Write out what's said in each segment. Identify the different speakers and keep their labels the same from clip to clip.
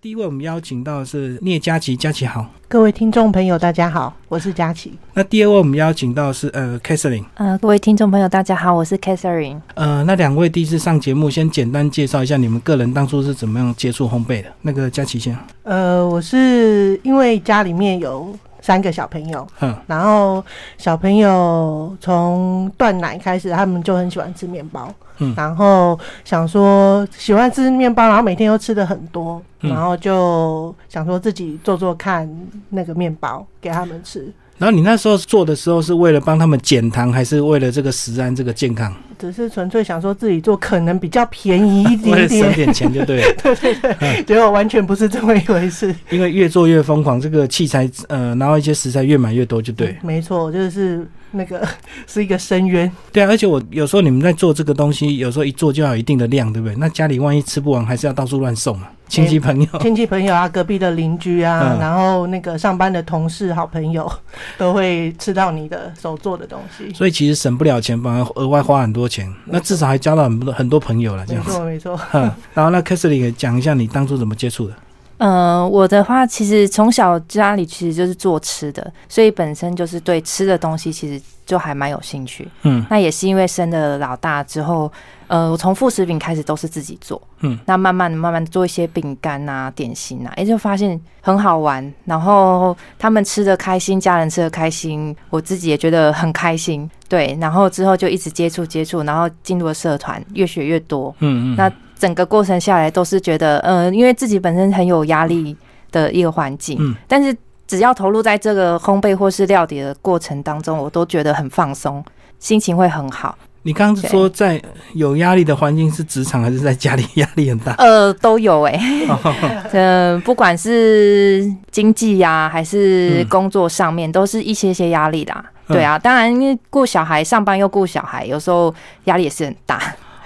Speaker 1: 第一位我们邀请到的是聂佳琪，佳琪好。
Speaker 2: 各位听众朋友，大家好，我是佳琪。
Speaker 1: 那第二位我们邀请到的是呃 Catherine，
Speaker 3: 呃，各位听众朋友，大家好，我是 Catherine。
Speaker 1: 呃，那两位第一次上节目，先简单介绍一下你们个人当初是怎么样接触烘焙的。那个佳琪先，
Speaker 2: 呃，我是因为家里面有三个小朋友，
Speaker 1: 嗯，
Speaker 2: 然后小朋友从断奶开始，他们就很喜欢吃面包，
Speaker 1: 嗯
Speaker 2: 然后想说喜欢吃面包，然后每天又吃的很多，
Speaker 1: 嗯
Speaker 2: 然后就想说自己做做看那个面包给他们吃，
Speaker 1: 然后你那时候做的时候是为了帮他们减糖，还是为了这个食安这个健康？
Speaker 2: 只是纯粹想说自己做可能比较便宜一
Speaker 1: 为了
Speaker 2: 点
Speaker 1: 省
Speaker 2: 点，
Speaker 1: 点钱就对了。
Speaker 2: 结果完全不是这么一回事。
Speaker 1: 因为越做越疯狂，这个器材呃，然后一些食材越买越多就对。
Speaker 2: 没错，就是那个 是一个深渊。
Speaker 1: 对啊，而且我有时候你们在做这个东西，有时候一做就要有一定的量，对不对？那家里万一吃不完，还是要到处乱送嘛，亲戚朋友。
Speaker 2: 亲戚朋友啊，隔壁的邻居啊，
Speaker 1: 嗯
Speaker 2: 然后那个上班的同事、好朋友， 都会吃到你的手做的东西。
Speaker 1: 所以其实省不了钱，反而额外花很多钱。那至少还交到很多很多朋友了，这
Speaker 2: 没
Speaker 1: 样子。
Speaker 2: 错，没错。
Speaker 1: 哼， 然后那 k a t h e r i n 讲一下你当初怎么接触的。
Speaker 3: 呃，我的话，其实从小家里其实就是做吃的，所以本身就是对吃的东西其实就还蛮有兴趣。
Speaker 1: 嗯
Speaker 3: 那也是因为生了老大之后，呃，我从副食品开始都是自己做，
Speaker 1: 嗯，
Speaker 3: 那慢慢慢慢做一些饼干啊、点心啊，哎、就发现很好玩，然后他们吃的开心，家人吃的开心，我自己也觉得很开心，对，然后之后就一直接触接触，然后进入了社团，越学越多，
Speaker 1: 嗯嗯。
Speaker 3: 那整个过程下来都是觉得，呃，因为自己本身很有压力的一个环境，
Speaker 1: 嗯
Speaker 3: 但是只要投入在这个烘焙或是料理的过程当中，我都觉得很放松，心情会 很好，
Speaker 1: 你刚刚说在有压力的环境是职场还是在家里压力很大？
Speaker 3: 呃，都有哎、 嗯、不管是经济呀、还是
Speaker 1: 嗯
Speaker 3: 工作上面，都是一些些压力的、啊。
Speaker 1: 嗯
Speaker 3: 对啊，当然，因为顾小孩上班又顾小孩，有时候压力也是很大。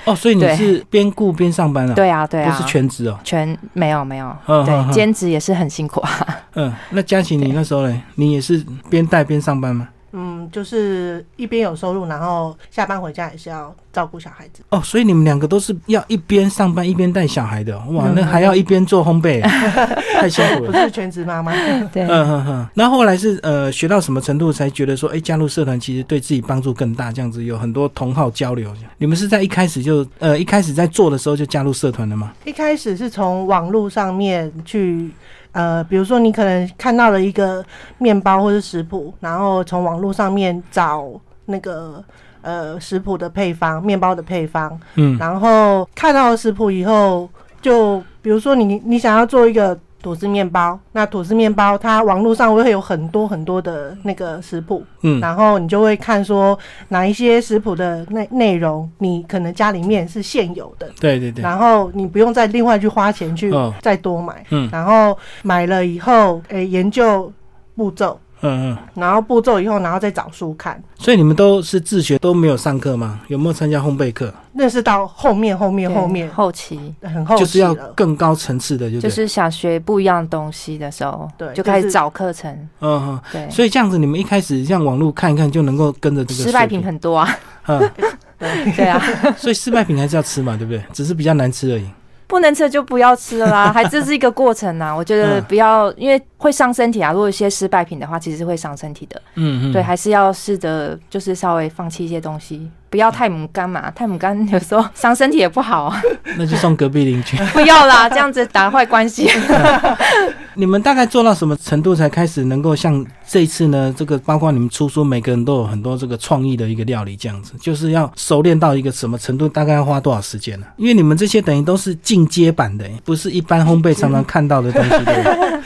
Speaker 1: 哦，所以你
Speaker 3: 对
Speaker 1: 是边顾边上班啊？，
Speaker 3: 对啊，对啊，
Speaker 1: 不是全职哦。
Speaker 3: 全没有没有，
Speaker 1: 嗯嗯嗯
Speaker 3: 对，兼职也是很辛苦啊。
Speaker 1: 嗯，那佳琪，你那时候嘞，你也是边带边上班吗？
Speaker 2: 嗯，就是一边有收入，然后下班回家也是要照顾小孩子。
Speaker 1: 哦，所以你们两个都是要一边上班一边带小孩的哦，哇，
Speaker 2: 嗯
Speaker 1: 那还要一边做烘 焙，太辛苦
Speaker 2: 不
Speaker 1: 了。
Speaker 2: 是全职妈妈，
Speaker 3: 对
Speaker 1: 嗯哼哼，那后来是呃学到什么程度才觉得说，哎、加入社团其实对自己帮助更大，这样子有很多同好交流。你们是在一开始就呃一开始在做的时候就加入社团了吗？
Speaker 2: 一开始是从网络上面去，呃，比如说你可能看到了一个面包或是食谱，然后从网络上面找那个呃食谱的配方、面包的配方，
Speaker 1: 嗯
Speaker 2: 然后看到了食谱以后，就比如说你你想要做一个吐司面包，那吐司面包它网络上会有很多很多的那个食谱，
Speaker 1: 嗯
Speaker 2: 然后你就会看说哪一些食谱的内内容你可能家里面是现有的，
Speaker 1: 对对对，
Speaker 2: 然后你不用再另外去花钱去
Speaker 1: 哦
Speaker 2: 再多买，
Speaker 1: 嗯
Speaker 2: 然后买了以后，诶、研究步骤，
Speaker 1: 嗯嗯，
Speaker 2: 然后步骤以后，然后再找书看。
Speaker 1: 所以你们都是自学，都没有上课吗？有没有参加烘焙课？
Speaker 2: 那是到后面，后面，
Speaker 3: 对
Speaker 2: 后面
Speaker 3: 后期
Speaker 2: 很后
Speaker 1: 就是
Speaker 2: 期
Speaker 1: 要
Speaker 2: 了。
Speaker 1: 更高层次哦的，就
Speaker 3: 就
Speaker 1: 对。
Speaker 3: 是想学不一样的东西的时候，
Speaker 2: 对
Speaker 3: 就开
Speaker 2: 就
Speaker 3: 始
Speaker 2: 是
Speaker 3: 找课程，
Speaker 1: 嗯哼。
Speaker 3: 对，
Speaker 1: 所以这样子，你们一开始像网络看一看就能够跟着这个
Speaker 3: 失败
Speaker 1: 水
Speaker 3: 品很多啊，
Speaker 1: 嗯，
Speaker 2: 对，
Speaker 3: 对啊，
Speaker 1: 所以失败品还是要吃嘛，对不对？只是比较难吃而已。
Speaker 3: 不能吃就不要吃了 啦，还这是一个过程啊呐、我觉得
Speaker 1: 嗯
Speaker 3: 不要，因为会伤身体啊。如果一些失败品的话，其实是会伤身体的。
Speaker 1: 嗯嗯
Speaker 3: 对，还是要试着就是稍微放弃一些东西，不要太母干嘛，太母干有时候伤身体也不好 啊。
Speaker 1: 那就送隔壁邻居。
Speaker 3: 不要啦，这样子打坏关系。
Speaker 1: 你们大概做到什么程度才开始能够像这一次呢？这个包括你们出书，每个人都有很多这个创意的一个料理，这样子就是要熟练到一个什么程度？大概要花多少时间呢、因为你们这些等于都是进阶版的，不是一般烘焙常常看到的东西。 对不对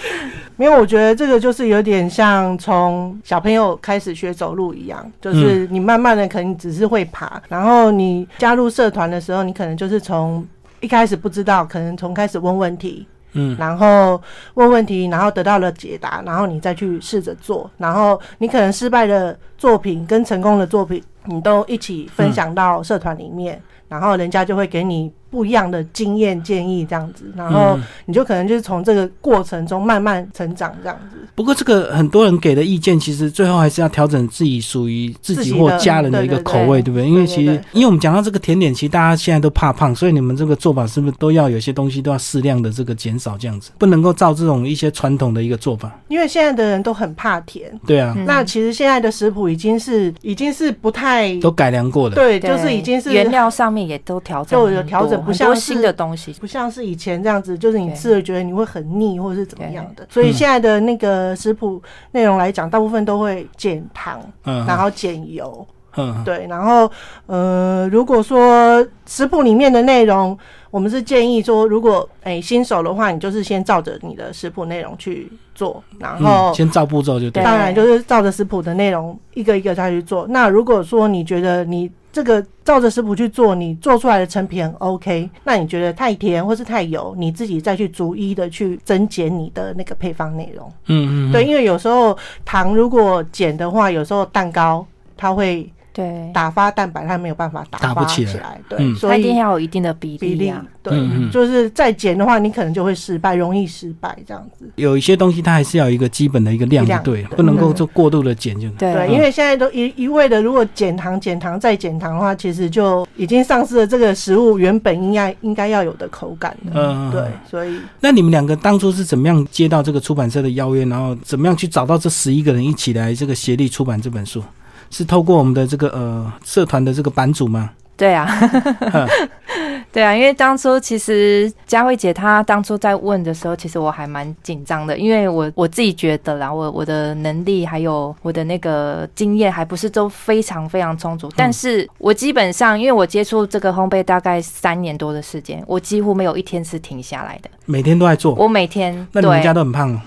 Speaker 2: 没有，我觉得这个就是有点像从小朋友开始学走路一样，就是你慢慢的可能只是会爬，然后你加入社团的时候，你可能就是从一开始不知道，可能从开始问问题，
Speaker 1: 嗯
Speaker 2: 然后问问题，然后得到了解答，然后你再去试着做，然后你可能失败的作品跟成功的作品，你都一起分享到社团里面，然后人家就会给你不一样的经验建议这样子，然后你就可能就是从这个过程中慢慢成长这样子。
Speaker 1: 不过这个很多人给的意见，其实最后还是要调整自己属于自
Speaker 2: 自
Speaker 1: 己
Speaker 2: 己
Speaker 1: 或
Speaker 2: 的
Speaker 1: 家人的一个口味，对
Speaker 2: 对
Speaker 1: 不
Speaker 2: 对
Speaker 1: 对？因为其
Speaker 2: 对
Speaker 1: 实
Speaker 2: 对对，
Speaker 1: 因为我们讲到这个甜点，其实大家现在都怕胖，所以你们这个做法是不是都要有些东西都要适量的这个减少，这样子不能够照这种一些传统的一个做法，
Speaker 2: 因为现在的人都很怕甜，
Speaker 1: 对啊，
Speaker 3: 嗯
Speaker 2: 那其实现在的食谱已经是已经是不太
Speaker 1: 都改良过的。
Speaker 2: 对，
Speaker 3: 对
Speaker 2: 就是已经是
Speaker 3: 原料上面也都调整很
Speaker 2: 就
Speaker 3: 多，
Speaker 2: 有调整不
Speaker 3: 很多
Speaker 2: 像是
Speaker 3: 新的东西。
Speaker 2: 不像是以前这样子，就是你
Speaker 3: 对
Speaker 2: 吃了觉得你会很腻或者是怎么样的。所以现在的那个食谱内容来讲，大部分都会减糖，
Speaker 1: 嗯，
Speaker 2: 然后减油，
Speaker 1: 嗯，
Speaker 2: 对，然后呃，如果说食谱里面的内容，我们是建议说，如果哎、新手的话，你就是先照着你的食谱内容去做，然后
Speaker 1: 嗯，先照步骤就对
Speaker 3: 对。
Speaker 2: 当然就是照着食谱的内容一个一个再去做。那如果说你觉得你这个照着食谱去做，你做出来的成品很 OK，那你觉得太甜或是太油，你自己再去逐一的去增减你的那个配方内容。
Speaker 1: 嗯嗯，嗯
Speaker 2: 对，，因为有时候糖如果减的话，有时候蛋糕它会
Speaker 3: 对，
Speaker 2: 打发蛋白，它没有办法打
Speaker 1: 打
Speaker 2: 发
Speaker 1: 不起来
Speaker 2: 对，
Speaker 1: 嗯
Speaker 3: 它
Speaker 2: 所
Speaker 3: 一定
Speaker 2: 以
Speaker 3: 要有一定的比
Speaker 2: 比例
Speaker 3: 啊。
Speaker 2: 对，
Speaker 1: 嗯嗯
Speaker 2: 就是再减的话，你可能就会失败，容易失败这样子。
Speaker 1: 有一些东西它还是要有一个基本的一个量，就对了，
Speaker 2: 量
Speaker 1: 不能够
Speaker 3: 对
Speaker 1: 做过度的减就。
Speaker 3: 对，
Speaker 2: 对，因为现在都一一味的，如果减糖、减糖再减糖的话，其实就已经丧失了这个食物原本应该应该要有的口感了。
Speaker 1: 嗯，嗯
Speaker 2: 对，所以
Speaker 1: 那你们两个当初是怎么样接到这个出版社的邀约，然后怎么样去找到这十一个人一起来这个协力出版这本书？是透过我们的这个呃社团的这个版主吗？
Speaker 3: 对啊，
Speaker 1: 嗯
Speaker 3: 对啊，因为当初其实佳慧姐她当初在问的时候，其实我还蛮紧张的，因为我我自己觉得啦，我我的能力还有我的那个经验还不是都非常非常充足，
Speaker 1: 嗯
Speaker 3: 但是我基本上因为我接触这个烘焙大概三年多的时间，我几乎没有一天是停下来的，
Speaker 1: 每天都在做，
Speaker 3: 我每天
Speaker 1: 哦那你们
Speaker 3: 对
Speaker 1: 家都很胖哦。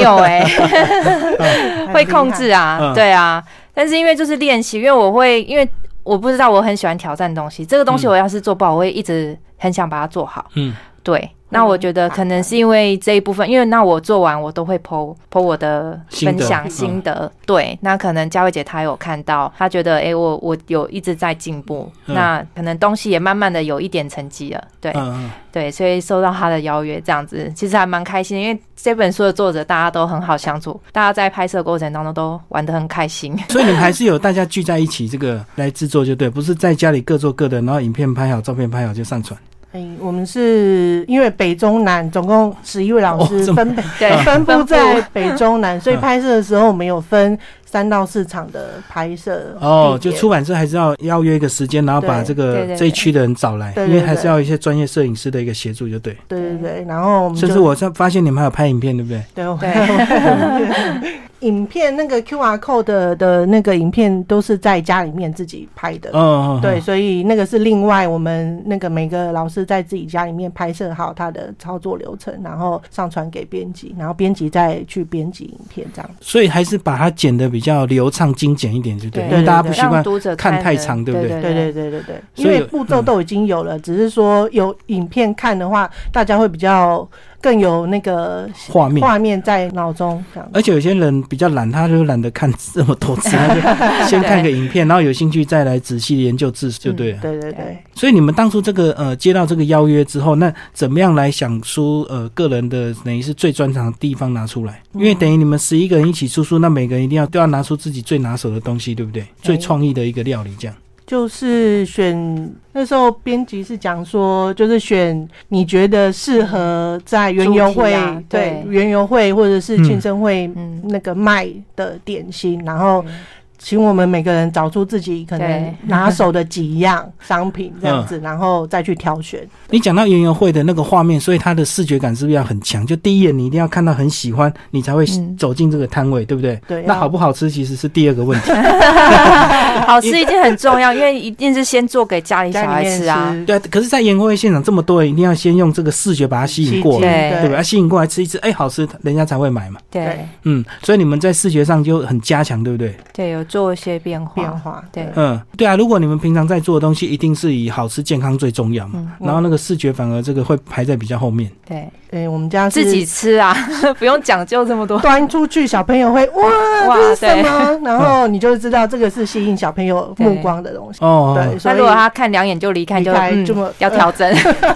Speaker 3: 有哎、
Speaker 2: 很
Speaker 3: 会
Speaker 2: 厉害
Speaker 3: 控制。啊
Speaker 1: 嗯，
Speaker 3: 对啊。但是因为就是练习，因为我会，因为我不知道我很喜欢挑战东西，这个东西
Speaker 1: 嗯
Speaker 3: 我要是做不好，我会一直很想把它做好。
Speaker 1: 嗯，
Speaker 3: 对，那我觉得可能是因为这一部分，因为那我做完我都会 PO PO 我的分享
Speaker 1: 心嗯
Speaker 3: 心得。对，那可能佳慧姐她有看到，她觉得诶，我我有一直在进步，
Speaker 1: 嗯
Speaker 3: 那可能东西也慢慢的有一点成绩了。对，
Speaker 1: 嗯嗯
Speaker 3: 对，所以受到他的邀约，这样子其实还蛮开心的，因为这本书的作者大家都很好相处，大家在拍摄过程当中都玩得很 开心。
Speaker 1: 所以你们还是有大家聚在一起这个来制作就对，不是在家里各做各的，然后影片拍好，照片拍好就上传。
Speaker 2: 哎，我们是因为北中南总共十一位老
Speaker 1: 哦
Speaker 2: 师
Speaker 1: 这么
Speaker 2: 分配
Speaker 3: 对，
Speaker 2: 分布在
Speaker 3: 分
Speaker 2: 北中南，所以
Speaker 1: 嗯
Speaker 2: 拍摄的时候我们有分三到四场的拍摄
Speaker 1: 哦，
Speaker 2: 地
Speaker 1: 就
Speaker 2: 点
Speaker 1: 出版社还是要邀约一个时间，然后把
Speaker 2: 对
Speaker 1: 这个
Speaker 3: 对对
Speaker 1: 这一区的人找来，
Speaker 2: 对
Speaker 1: 因
Speaker 2: 对
Speaker 1: 为还是
Speaker 2: 对
Speaker 1: 要一些专业摄影师的一个协助就对。
Speaker 2: 对对对，然后我们
Speaker 1: 甚至
Speaker 2: 就
Speaker 1: 我像发现你们还有拍影片，对不对？
Speaker 2: 对我
Speaker 3: 对
Speaker 2: 影片那个 QR code 的的那个影片都是在家里面自己拍的
Speaker 1: 哦，哦，哦
Speaker 2: 对，，所以那个是另外我们那个每个老师在自己家里面拍摄好他的操作流程，然后上传给编辑，然后编辑再去编辑影片这样。
Speaker 1: 所以还是把它剪得比较流畅、精简一点，就对了，
Speaker 3: 对
Speaker 1: 因为大家
Speaker 3: 对
Speaker 1: 不习
Speaker 3: 让
Speaker 1: 惯。
Speaker 3: 读者
Speaker 1: 看
Speaker 3: 看
Speaker 1: 太
Speaker 3: 的
Speaker 1: 长对不对
Speaker 3: 对
Speaker 2: 对对对对对，因
Speaker 1: 所以
Speaker 2: 为
Speaker 1: 有
Speaker 2: 步骤都已经有了，只是说有影片看的话，大家会比较更有那个
Speaker 1: 画面哎
Speaker 2: 画面在脑中这样。
Speaker 1: 而且有些人比较懒，他就懒得看这么多字，他就先看个影片，然后有兴趣再来仔细研究字，就对了。
Speaker 2: 对对对
Speaker 3: 对。
Speaker 1: 所以你们当初这个呃接到这个邀约之后，那怎么样来想出呃个人的等于是最专长的地方拿出来？因为等于你们十一个人一起出书，那每个人一定要都要拿出自己最拿手的东西，对不对？最创意的一个料理，这样。
Speaker 2: 就是选那时候编辑是讲说，就是选你觉得适合在园游会、
Speaker 3: 主题啊
Speaker 2: 对
Speaker 3: 对
Speaker 2: 园游会或者是庆生会
Speaker 3: 嗯
Speaker 2: 那个卖的点心，然后
Speaker 3: 嗯
Speaker 2: 请我们每个人找出自己可能
Speaker 3: 对
Speaker 2: 拿手的几样商品这样
Speaker 1: 嗯
Speaker 2: 子，然后再去挑选。
Speaker 1: 你讲到园游会的那个画面，所以它的视觉感是不是要很强？就第一眼你一定要看到很喜欢，你才会
Speaker 3: 嗯
Speaker 1: 走进这个摊位，对不对？啊
Speaker 2: 对，
Speaker 1: 那
Speaker 2: 要
Speaker 1: 好不好吃其实是第二个问 题。
Speaker 3: 好吃一定很重要，因为一定是先做给家里小孩吃
Speaker 2: 家
Speaker 3: 啊
Speaker 2: 里。面吃
Speaker 1: 对啊，可是，在宴会现场这么多人，一定要先用这个视觉把它吸引过来，
Speaker 3: 来
Speaker 2: 对
Speaker 3: 对
Speaker 1: 对吧？啊吸引过来吃一吃，哎，好吃，人家才会买嘛。
Speaker 3: 对
Speaker 2: 对
Speaker 1: 嗯，所以你们在视觉上就很加强，对不对？
Speaker 3: 对，有做一些变化。
Speaker 2: 变化，
Speaker 3: 对
Speaker 1: 嗯，对啊，如果你们平常在做的东西，一定是以好吃健康最重要嘛，
Speaker 3: 嗯，
Speaker 1: 然后那个视觉反而这个会排在比较后面。
Speaker 3: 对，
Speaker 2: 诶、我们家是
Speaker 3: 自己吃啊， 不用讲究这么多。
Speaker 2: 端出去，小朋友会哇
Speaker 3: 哇
Speaker 2: 这是什么？ 然后你就知道这个是吸引小朋友目光的东西。
Speaker 1: 哦，
Speaker 2: 对，所
Speaker 3: 那
Speaker 2: 以
Speaker 3: 如果他看两眼就离开，
Speaker 2: 离
Speaker 3: 就
Speaker 2: 开
Speaker 3: 嗯
Speaker 2: 这么
Speaker 3: 要 调整，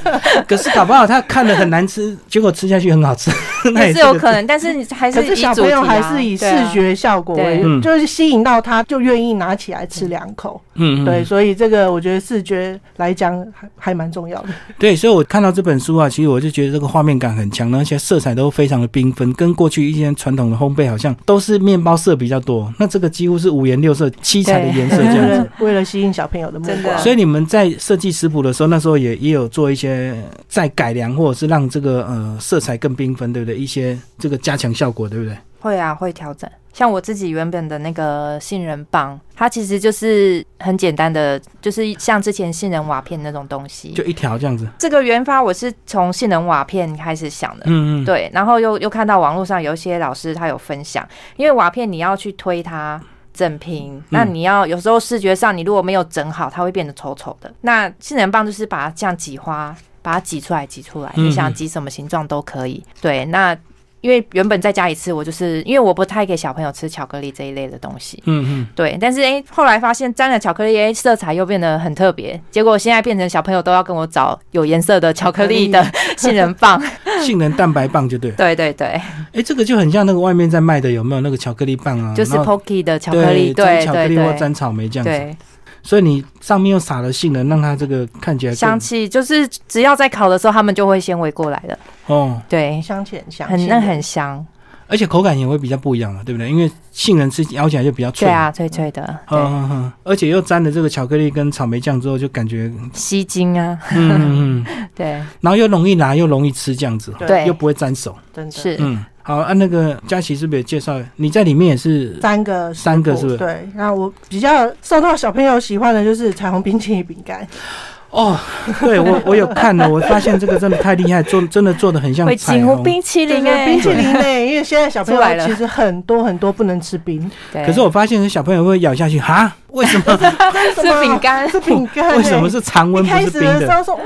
Speaker 1: 可是搞不好他看了很难吃，结果吃下去很好吃， 那
Speaker 3: 也
Speaker 1: 也
Speaker 3: 是
Speaker 1: 个嗯
Speaker 3: 有可能，但是你还
Speaker 2: 可
Speaker 3: 以
Speaker 2: 是
Speaker 3: 主
Speaker 2: 小朋
Speaker 3: 题
Speaker 2: 友
Speaker 3: 啊
Speaker 2: 还是以视
Speaker 3: 对啊
Speaker 2: 觉效果为
Speaker 3: 对
Speaker 1: 嗯
Speaker 2: 主，就是吸引到他，就愿意拿起来吃两口。
Speaker 1: 嗯，嗯
Speaker 2: 对，所以这个我觉得视觉来讲还还蛮重要的。
Speaker 1: 对，所以我看到这本书啊，其实我就觉得这个画面感很强，而且色彩都非常的缤纷，跟过去一些传统的烘焙好像都是面包色比较多，那这个几乎是五颜六色、七彩的 颜色这
Speaker 2: 为
Speaker 1: 样
Speaker 2: 了
Speaker 1: 子。
Speaker 2: 为了吸引小朋友的目
Speaker 3: 真的
Speaker 2: 光，
Speaker 1: 所以你们在设计食谱的时候，那时候也也有做一些在改良，或者是让这个呃色彩更缤纷，对不对？一些这个加强效果，对不对？
Speaker 3: 会啊，会调整。像我自己原本的那个杏仁棒，它其实就是很简单的，就是像之前杏仁瓦片那种东西。
Speaker 1: 就一条这样子。
Speaker 3: 这个原发我是从杏仁瓦片开始想的，
Speaker 1: 嗯嗯，
Speaker 3: 对，然后又又看到网络上有一些老师他有分享，因为瓦片你要去推它。整平，那你要有时候视觉上你如果没有整好，它会变得丑丑的。那杏仁棒就是把它这样挤花，把它挤出来，挤出来，
Speaker 1: 嗯
Speaker 3: 你想挤什么形状都可以。对，那因为原本在家里吃，我就是因为我不太给小朋友吃巧克力这一类的东西，
Speaker 1: 嗯嗯，
Speaker 3: 对。但是诶，后来发现沾了巧克力，诶，色彩又变得很特别。结果现在变成小朋友都要跟我找有颜色的巧克力的 杏仁棒。
Speaker 1: 杏仁嗯蛋白棒就 对了。
Speaker 3: 对对对。
Speaker 1: 哎，这个就很像那个外面在卖的有没有那个巧克力棒啊？
Speaker 3: 就是
Speaker 1: 然后
Speaker 3: Pocky 的巧克力，
Speaker 1: 沾
Speaker 3: 对
Speaker 1: 巧克
Speaker 3: 对
Speaker 1: 力或
Speaker 3: 对
Speaker 1: 沾草莓这样子。
Speaker 3: 对，
Speaker 1: 所以你上面又撒了杏仁，让它这个看起来更
Speaker 3: 香气就是只要在烤的时候，他们就会先围过来的，
Speaker 1: 哦，
Speaker 3: 对，
Speaker 2: 香气很香，
Speaker 3: 很那很香，
Speaker 1: 而且口感也会比较不一样了，对不对？因为杏仁吃咬起来就比较脆，
Speaker 3: 对啊，脆脆的，
Speaker 1: 嗯，
Speaker 3: 对，
Speaker 1: 嗯嗯，而且又沾了这个巧克力跟草莓酱之后，就感觉
Speaker 3: 吸睛 啊，
Speaker 1: 嗯嗯，嗯，
Speaker 3: 对
Speaker 1: 然后又容易拿又容易吃这样子，
Speaker 2: 对
Speaker 3: 对
Speaker 1: 又，不会沾手，
Speaker 2: 真的
Speaker 3: 是
Speaker 1: 嗯，好啊，那个佳琪是不是也介绍你在里面也是
Speaker 2: 三个食
Speaker 1: 三个
Speaker 2: 谱
Speaker 1: 是不是
Speaker 2: 对，那我比较受到小朋友喜欢的就是彩虹冰淇淋饼干，
Speaker 1: 哦，对我我有看了，我发现这个真的太厉害， 做真的做的很像哦
Speaker 3: 会
Speaker 1: 彩
Speaker 3: 几乎
Speaker 1: 虹。
Speaker 3: 冰淇
Speaker 2: 就是
Speaker 3: 淋
Speaker 2: 冰
Speaker 3: 哎，
Speaker 2: 淇淋类，因为现在小朋
Speaker 3: 出来
Speaker 2: 友
Speaker 3: 了
Speaker 2: 其实很多很多不能吃 冰，
Speaker 3: 对
Speaker 1: 可是我发现小朋友会咬下去，哈，为什 么？
Speaker 3: 是饼干，
Speaker 2: 是饼干、欸，
Speaker 1: 为什么是常温
Speaker 2: 一
Speaker 1: 不
Speaker 2: 开
Speaker 1: 是
Speaker 2: 始
Speaker 1: 冰
Speaker 2: 的时
Speaker 1: 的？
Speaker 2: 候说哇，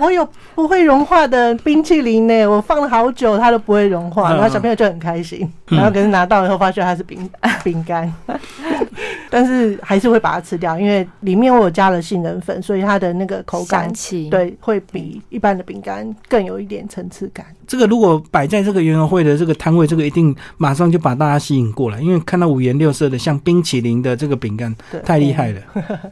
Speaker 2: 我有不会融化的冰淇淋呢，我放了好久它都不会融化，
Speaker 1: 嗯
Speaker 2: 然后小朋友就很开心，
Speaker 1: 嗯
Speaker 2: 然后可是拿到以后发现它是 饼饼干，但是还是会把它吃掉，因为里面我有加了杏仁粉，所以它的那个口感
Speaker 3: 香气，
Speaker 2: 对会比一般的饼干更有一点层次感。
Speaker 1: 这个如果摆在这个园游会的这个摊位，这个一定马上就把大家吸引过来，因为看到五颜六色的像冰淇淋的这个饼干，
Speaker 2: 对，
Speaker 1: 太厉害了。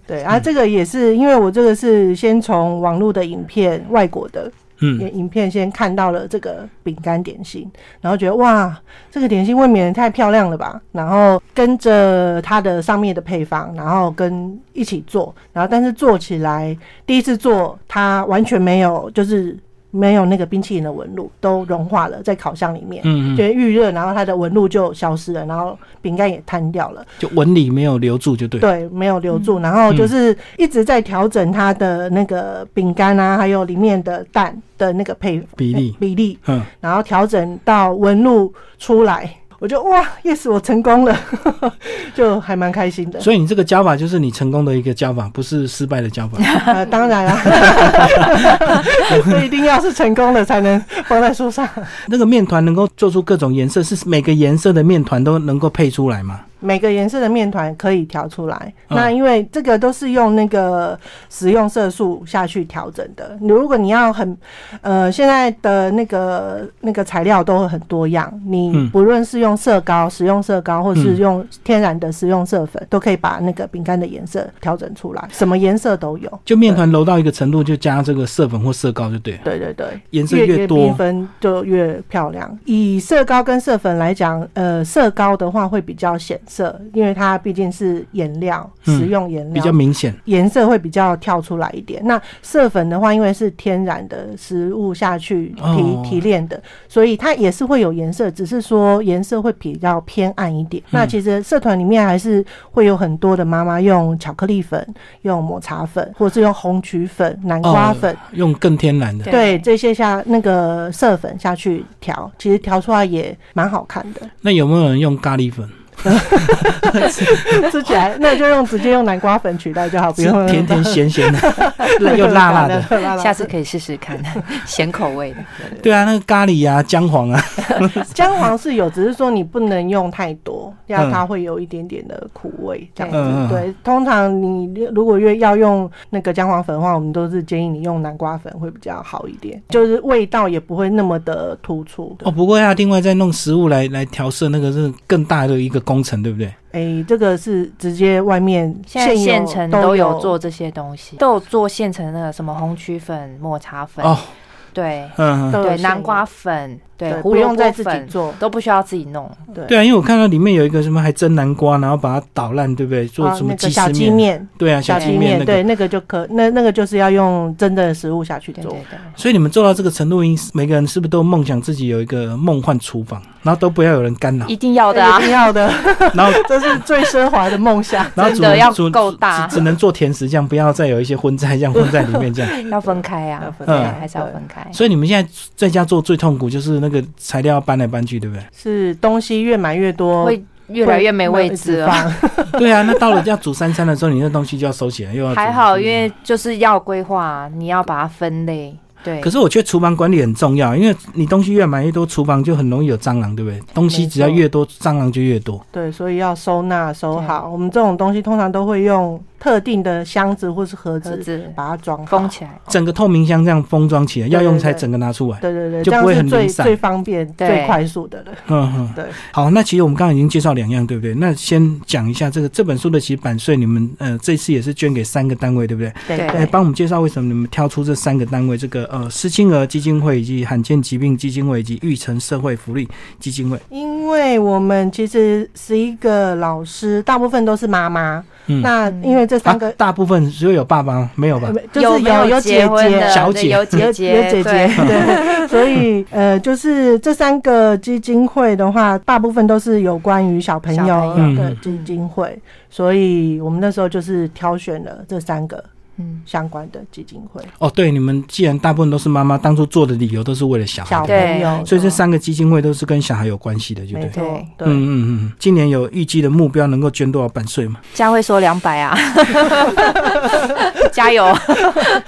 Speaker 2: 对啊，这个也是因为我这个是先从网络的影片，外国的
Speaker 1: 嗯，
Speaker 2: 影影片先看到了这个饼干点心，然后觉得哇，这个点心未免也太漂亮了吧！然后跟着它的上面的配方，然后跟一起做，然后但是做起来第一次做它完全没有，就是没有那个冰淇淋的纹路，都融化了在烤箱里面。
Speaker 1: 嗯
Speaker 2: 就
Speaker 1: 嗯，
Speaker 2: 预热，然后它的纹路就消失了，然后饼干也摊掉了，
Speaker 1: 就纹理没有留住就对。嗯
Speaker 2: 对，没有留住，然后就是一直在调整它的那个饼干啊，还有里面的蛋的那个配
Speaker 1: 比例
Speaker 2: 比例，
Speaker 1: 嗯，
Speaker 2: 然后调整到纹路出来，我就哇，yes，我成功了， 就还蛮开心的。
Speaker 1: 所以你这个教法就是你成功的一个教法，不是失败的教法。
Speaker 2: 呃，当然啦、 所以一定要是成功的才能放在书上。
Speaker 1: 那个面团能够做出各种颜色，是每个颜色的面团都能够配出来吗？
Speaker 2: 每个颜色的面团可以调出来，
Speaker 1: 嗯
Speaker 2: 那因为这个都是用那个食用色素下去调整的。你如果你要很，呃，现在的那个那个材料都很多样，你
Speaker 1: 嗯
Speaker 2: 不论是用色膏、食用色膏，或是
Speaker 1: 嗯
Speaker 2: 用天然的食用色粉，都可以把那个饼干的颜色调整出来，什么颜色都有。
Speaker 1: 就面团揉到一个程度，就加这个色粉或色膏就对了，
Speaker 2: 对对对，
Speaker 1: 颜色
Speaker 2: 越
Speaker 1: 多
Speaker 2: 缤。纷就越漂亮。以色膏跟色粉来讲，呃，色膏的话会比较显色，因为它毕竟是颜料，
Speaker 1: 嗯
Speaker 2: 食用颜
Speaker 1: 比
Speaker 2: 料，
Speaker 1: 较明显，
Speaker 2: 颜色会比较跳出来一点。那色粉的话，因为是天然的食物下去提、
Speaker 1: 哦
Speaker 2: 提炼的，所以它也是会有颜色，只是说颜色会比较偏暗一点。
Speaker 1: 嗯
Speaker 2: 那其实社团里面还是会有很多的妈妈用巧克力粉、用抹茶粉，或是用红曲粉、南瓜
Speaker 1: 哦
Speaker 2: 粉。
Speaker 1: 用更天然的。
Speaker 2: 对这些下那个色粉下去调，其实调出来也蛮好看 的。哦
Speaker 1: 那有没有人用咖喱粉？
Speaker 2: 吃起来那就用直接用南瓜粉取代就好，不
Speaker 1: 是
Speaker 2: 用
Speaker 1: 甜 甜咸咸的， 又辣辣的。，
Speaker 3: 下次可以试试看，咸口味的。
Speaker 1: 对啊，那个咖喱啊，姜黄啊，
Speaker 2: 姜黄是有，只是说你不能用太多，要
Speaker 1: 嗯
Speaker 2: 它会有一点点的苦味这样
Speaker 1: 嗯
Speaker 2: 子。
Speaker 1: 嗯嗯
Speaker 2: 对，通常你如果越要用那个姜黄粉的话，我们都是建议你用南瓜粉会比较好一点，就是味道也不会那么的突出。
Speaker 1: 哦，不过要另外再弄食物来来调色，那个是更大的一个工程，对不对？
Speaker 2: 哎、这个是直接外面
Speaker 3: 现在
Speaker 2: 有
Speaker 3: 现成
Speaker 2: 都
Speaker 3: 都有做这些东西，都有做现成的什么红曲粉、抹茶粉，
Speaker 1: 哦，
Speaker 3: 对
Speaker 1: 嗯，嗯
Speaker 2: 都有
Speaker 3: 对，
Speaker 2: 现
Speaker 3: 南瓜
Speaker 2: 有
Speaker 3: 粉，对，
Speaker 2: 对，
Speaker 3: 胡
Speaker 2: 不
Speaker 3: 萝
Speaker 2: 用再
Speaker 3: 卜
Speaker 2: 自己
Speaker 3: 粉
Speaker 2: 做。
Speaker 3: 都不需要自己弄。
Speaker 1: 对啊，因为我看到里面有一个什么还蒸南瓜，然后把它捣烂，对不对？做
Speaker 2: 啊
Speaker 1: 什么
Speaker 2: 那
Speaker 1: 鸡
Speaker 2: 个
Speaker 1: 丝
Speaker 2: 小鸡
Speaker 1: 面？
Speaker 2: 面，
Speaker 1: 对啊，
Speaker 2: 小
Speaker 1: 小
Speaker 2: 鸡
Speaker 1: 鸡面那
Speaker 2: 对
Speaker 1: 个。
Speaker 2: 那个就可，那那个就是要用真正的食物下去
Speaker 3: 对
Speaker 2: 做
Speaker 3: 对。对，
Speaker 1: 所以你们做到这个程度，应每个人是不是都梦想自己有一个梦幻厨房，然后都不要有人干扰，
Speaker 3: 一定要的
Speaker 2: 一
Speaker 3: 啊，
Speaker 2: 定要的，
Speaker 1: 然后
Speaker 2: 这是最奢华的梦想。
Speaker 1: 然后
Speaker 3: 真
Speaker 1: 主
Speaker 3: 的要
Speaker 1: 主
Speaker 3: 够大
Speaker 1: 只，只能做甜食，这样不要再有一些荤菜这样混在里面这 样。
Speaker 3: 要分开
Speaker 2: 要
Speaker 3: 啊，
Speaker 2: 分
Speaker 3: 对，
Speaker 1: 开
Speaker 3: 还是要分开。
Speaker 1: 所以你们现在在家做最痛苦就是那个材料要搬来搬去，对不对？
Speaker 2: 是东西越买越多，
Speaker 3: 会越来越没位置了。
Speaker 2: 放。
Speaker 1: 对啊，那到了要煮三餐的时候，你那东西就要收起来，又要
Speaker 3: 还
Speaker 1: 煮
Speaker 3: 好，因为就是要规划，你要把它分类。对
Speaker 1: 可，是我觉得厨房管理很重要，因为你东西越买越多，厨房就很容易有蟑螂，对不对？东西只要越多，蟑螂就越多。
Speaker 2: 对，所以要收纳收
Speaker 3: 对
Speaker 2: 好。我们这种东西通常都会用特定的箱子或是盒
Speaker 3: 盒
Speaker 2: 子
Speaker 3: 子
Speaker 2: 把它装好
Speaker 3: 封。起来。
Speaker 1: 整个透明箱这样封装起来，
Speaker 2: 对
Speaker 1: 要用才
Speaker 2: 对
Speaker 1: 整个拿出来。
Speaker 2: 对对对，
Speaker 1: 就
Speaker 2: 这
Speaker 1: 不
Speaker 2: 样
Speaker 1: 会
Speaker 2: 是
Speaker 1: 很
Speaker 2: 最
Speaker 1: 零散
Speaker 2: 最方便、
Speaker 3: 对
Speaker 2: 最快速的了。
Speaker 1: 嗯嗯，
Speaker 2: 对。
Speaker 1: 好，那其实我们刚刚已经介绍两样，对不对？那先讲一下这个这本书的其实版税，你们呃这次也是捐给三个单位，对不对？
Speaker 2: 对
Speaker 3: 对
Speaker 1: 来帮我们介绍为什么你们挑出这三个单位，这个呃施青儿基金会以及罕见疾病基金会以及育成社会福利基金会。啊
Speaker 2: 因为我们其实十一个老师，大部分都是妈妈。
Speaker 1: 嗯
Speaker 2: 那因为这
Speaker 1: 啊
Speaker 2: 三个，
Speaker 1: 大部分只有有爸爸吗没有吧
Speaker 2: 呃？就是
Speaker 3: 没有
Speaker 2: 有
Speaker 3: 结
Speaker 2: 姐
Speaker 3: 婚的
Speaker 2: 姐，
Speaker 1: 小姐
Speaker 3: 有姐
Speaker 2: 有有姐姐，
Speaker 3: 对
Speaker 2: 对， 所以呃，就是这三个基金会的话，大部分都是有关于小朋
Speaker 3: 小
Speaker 2: 友
Speaker 1: 朋友
Speaker 2: 的
Speaker 1: 嗯
Speaker 2: 基金会，所以我们那时候就是挑选了这三个
Speaker 3: 嗯，
Speaker 2: 相关的基金会，
Speaker 1: 哦，对，你们既然大部分都是妈妈，当初做的理由都是为了小
Speaker 2: 小
Speaker 1: 孩，
Speaker 2: 朋友
Speaker 3: 对，
Speaker 1: 所以这三个基金会都是跟小孩有关系的，就
Speaker 2: 没
Speaker 1: 对。
Speaker 2: 错
Speaker 3: 对，
Speaker 2: 对。
Speaker 1: 嗯嗯嗯，今年有预计的目标能够捐多少版税 吗？
Speaker 3: 佳慧说两百啊， 加油！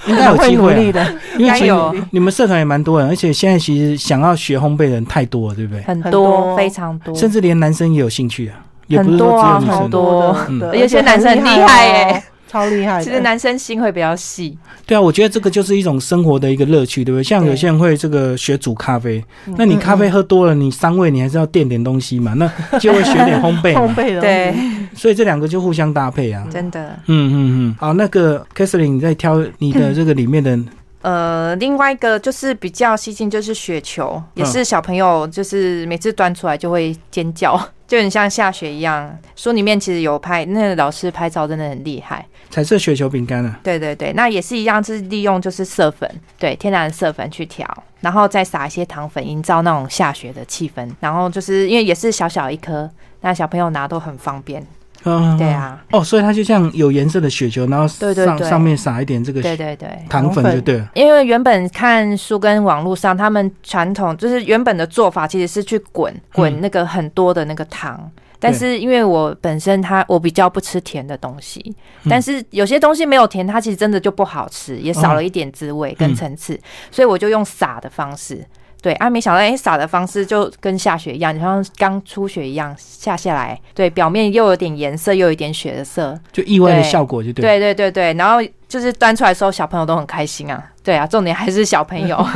Speaker 1: 应该有
Speaker 2: 会
Speaker 1: 机
Speaker 2: 努
Speaker 1: 会、
Speaker 2: 力
Speaker 1: 啊，
Speaker 2: 的，
Speaker 1: 因为其
Speaker 3: 应该
Speaker 1: 实
Speaker 3: 有
Speaker 1: 你们社团也蛮多人，而且现在其实想要学烘焙的人太多了，对不对？
Speaker 3: 很
Speaker 2: 很
Speaker 3: 多
Speaker 2: 多
Speaker 3: 非常多，
Speaker 1: 甚至连男生也有兴趣啊，也不是
Speaker 3: 很多
Speaker 1: 说只
Speaker 3: 啊
Speaker 1: 有女
Speaker 3: 好
Speaker 1: 生。
Speaker 2: 多的
Speaker 1: 嗯，
Speaker 2: 对
Speaker 3: 而且现在男生很厉害耶
Speaker 2: 哦，超厉害的。
Speaker 3: 其实男生心会比较细，
Speaker 1: 对啊，我觉得这个就是一种生活的一个乐趣，对不对？像有些人会这个学煮咖啡，那你咖啡喝多了，你伤胃，你还是要垫点东西嘛，那就会学点烘焙
Speaker 2: 烘
Speaker 1: 嘛，
Speaker 2: 焙的，
Speaker 3: 对，，
Speaker 1: 所以这两个就互相搭配啊。
Speaker 3: 真的。
Speaker 1: 嗯嗯嗯，好，那个 k a t h e r i n e 你在挑你
Speaker 3: 嗯
Speaker 1: 的这个里面的，
Speaker 3: 呃，另外一个就是比较吸睛，就是雪球，也是小朋友，就是每次端出来就会尖叫， 就很像下雪一样。书里面其实有拍，那个老师拍照真的很厉害。
Speaker 1: 彩色雪球饼干啊，
Speaker 3: 对对对，那也是一样，是利用就是色粉，对天然色粉去调，然后再撒一些糖粉，营造那种下雪的气氛。然后就是因为也是小小一颗，那小朋友拿都很方便。
Speaker 1: 嗯，
Speaker 3: 对。啊，
Speaker 1: 哦，所以它就像有颜色的雪球，然后上
Speaker 3: 对对对
Speaker 1: 上面撒一点这个
Speaker 3: 对对对。
Speaker 1: 糖粉
Speaker 2: 糖粉
Speaker 1: 就对了。
Speaker 3: 因为原本看书跟网络上，他们传统就是原本的做法其实是去滚滚那个很多的那个糖，但是因为我本身它我比较不吃甜的东西，
Speaker 1: 嗯
Speaker 3: 但是有些东西没有甜，它其实真的就不好吃，也少了一点滋味跟层次，所以我就用撒的方式。对啊，没想到哎，撒的方式就跟下雪一样，就像刚出雪一样下下来，对，表面又有点颜色，又有一点雪的色，
Speaker 1: 就意外的
Speaker 3: 对
Speaker 1: 效果就对了。
Speaker 3: 对对对对，然后就是端出来的时候，小朋友都很开心啊。对啊，重点还是小 朋友。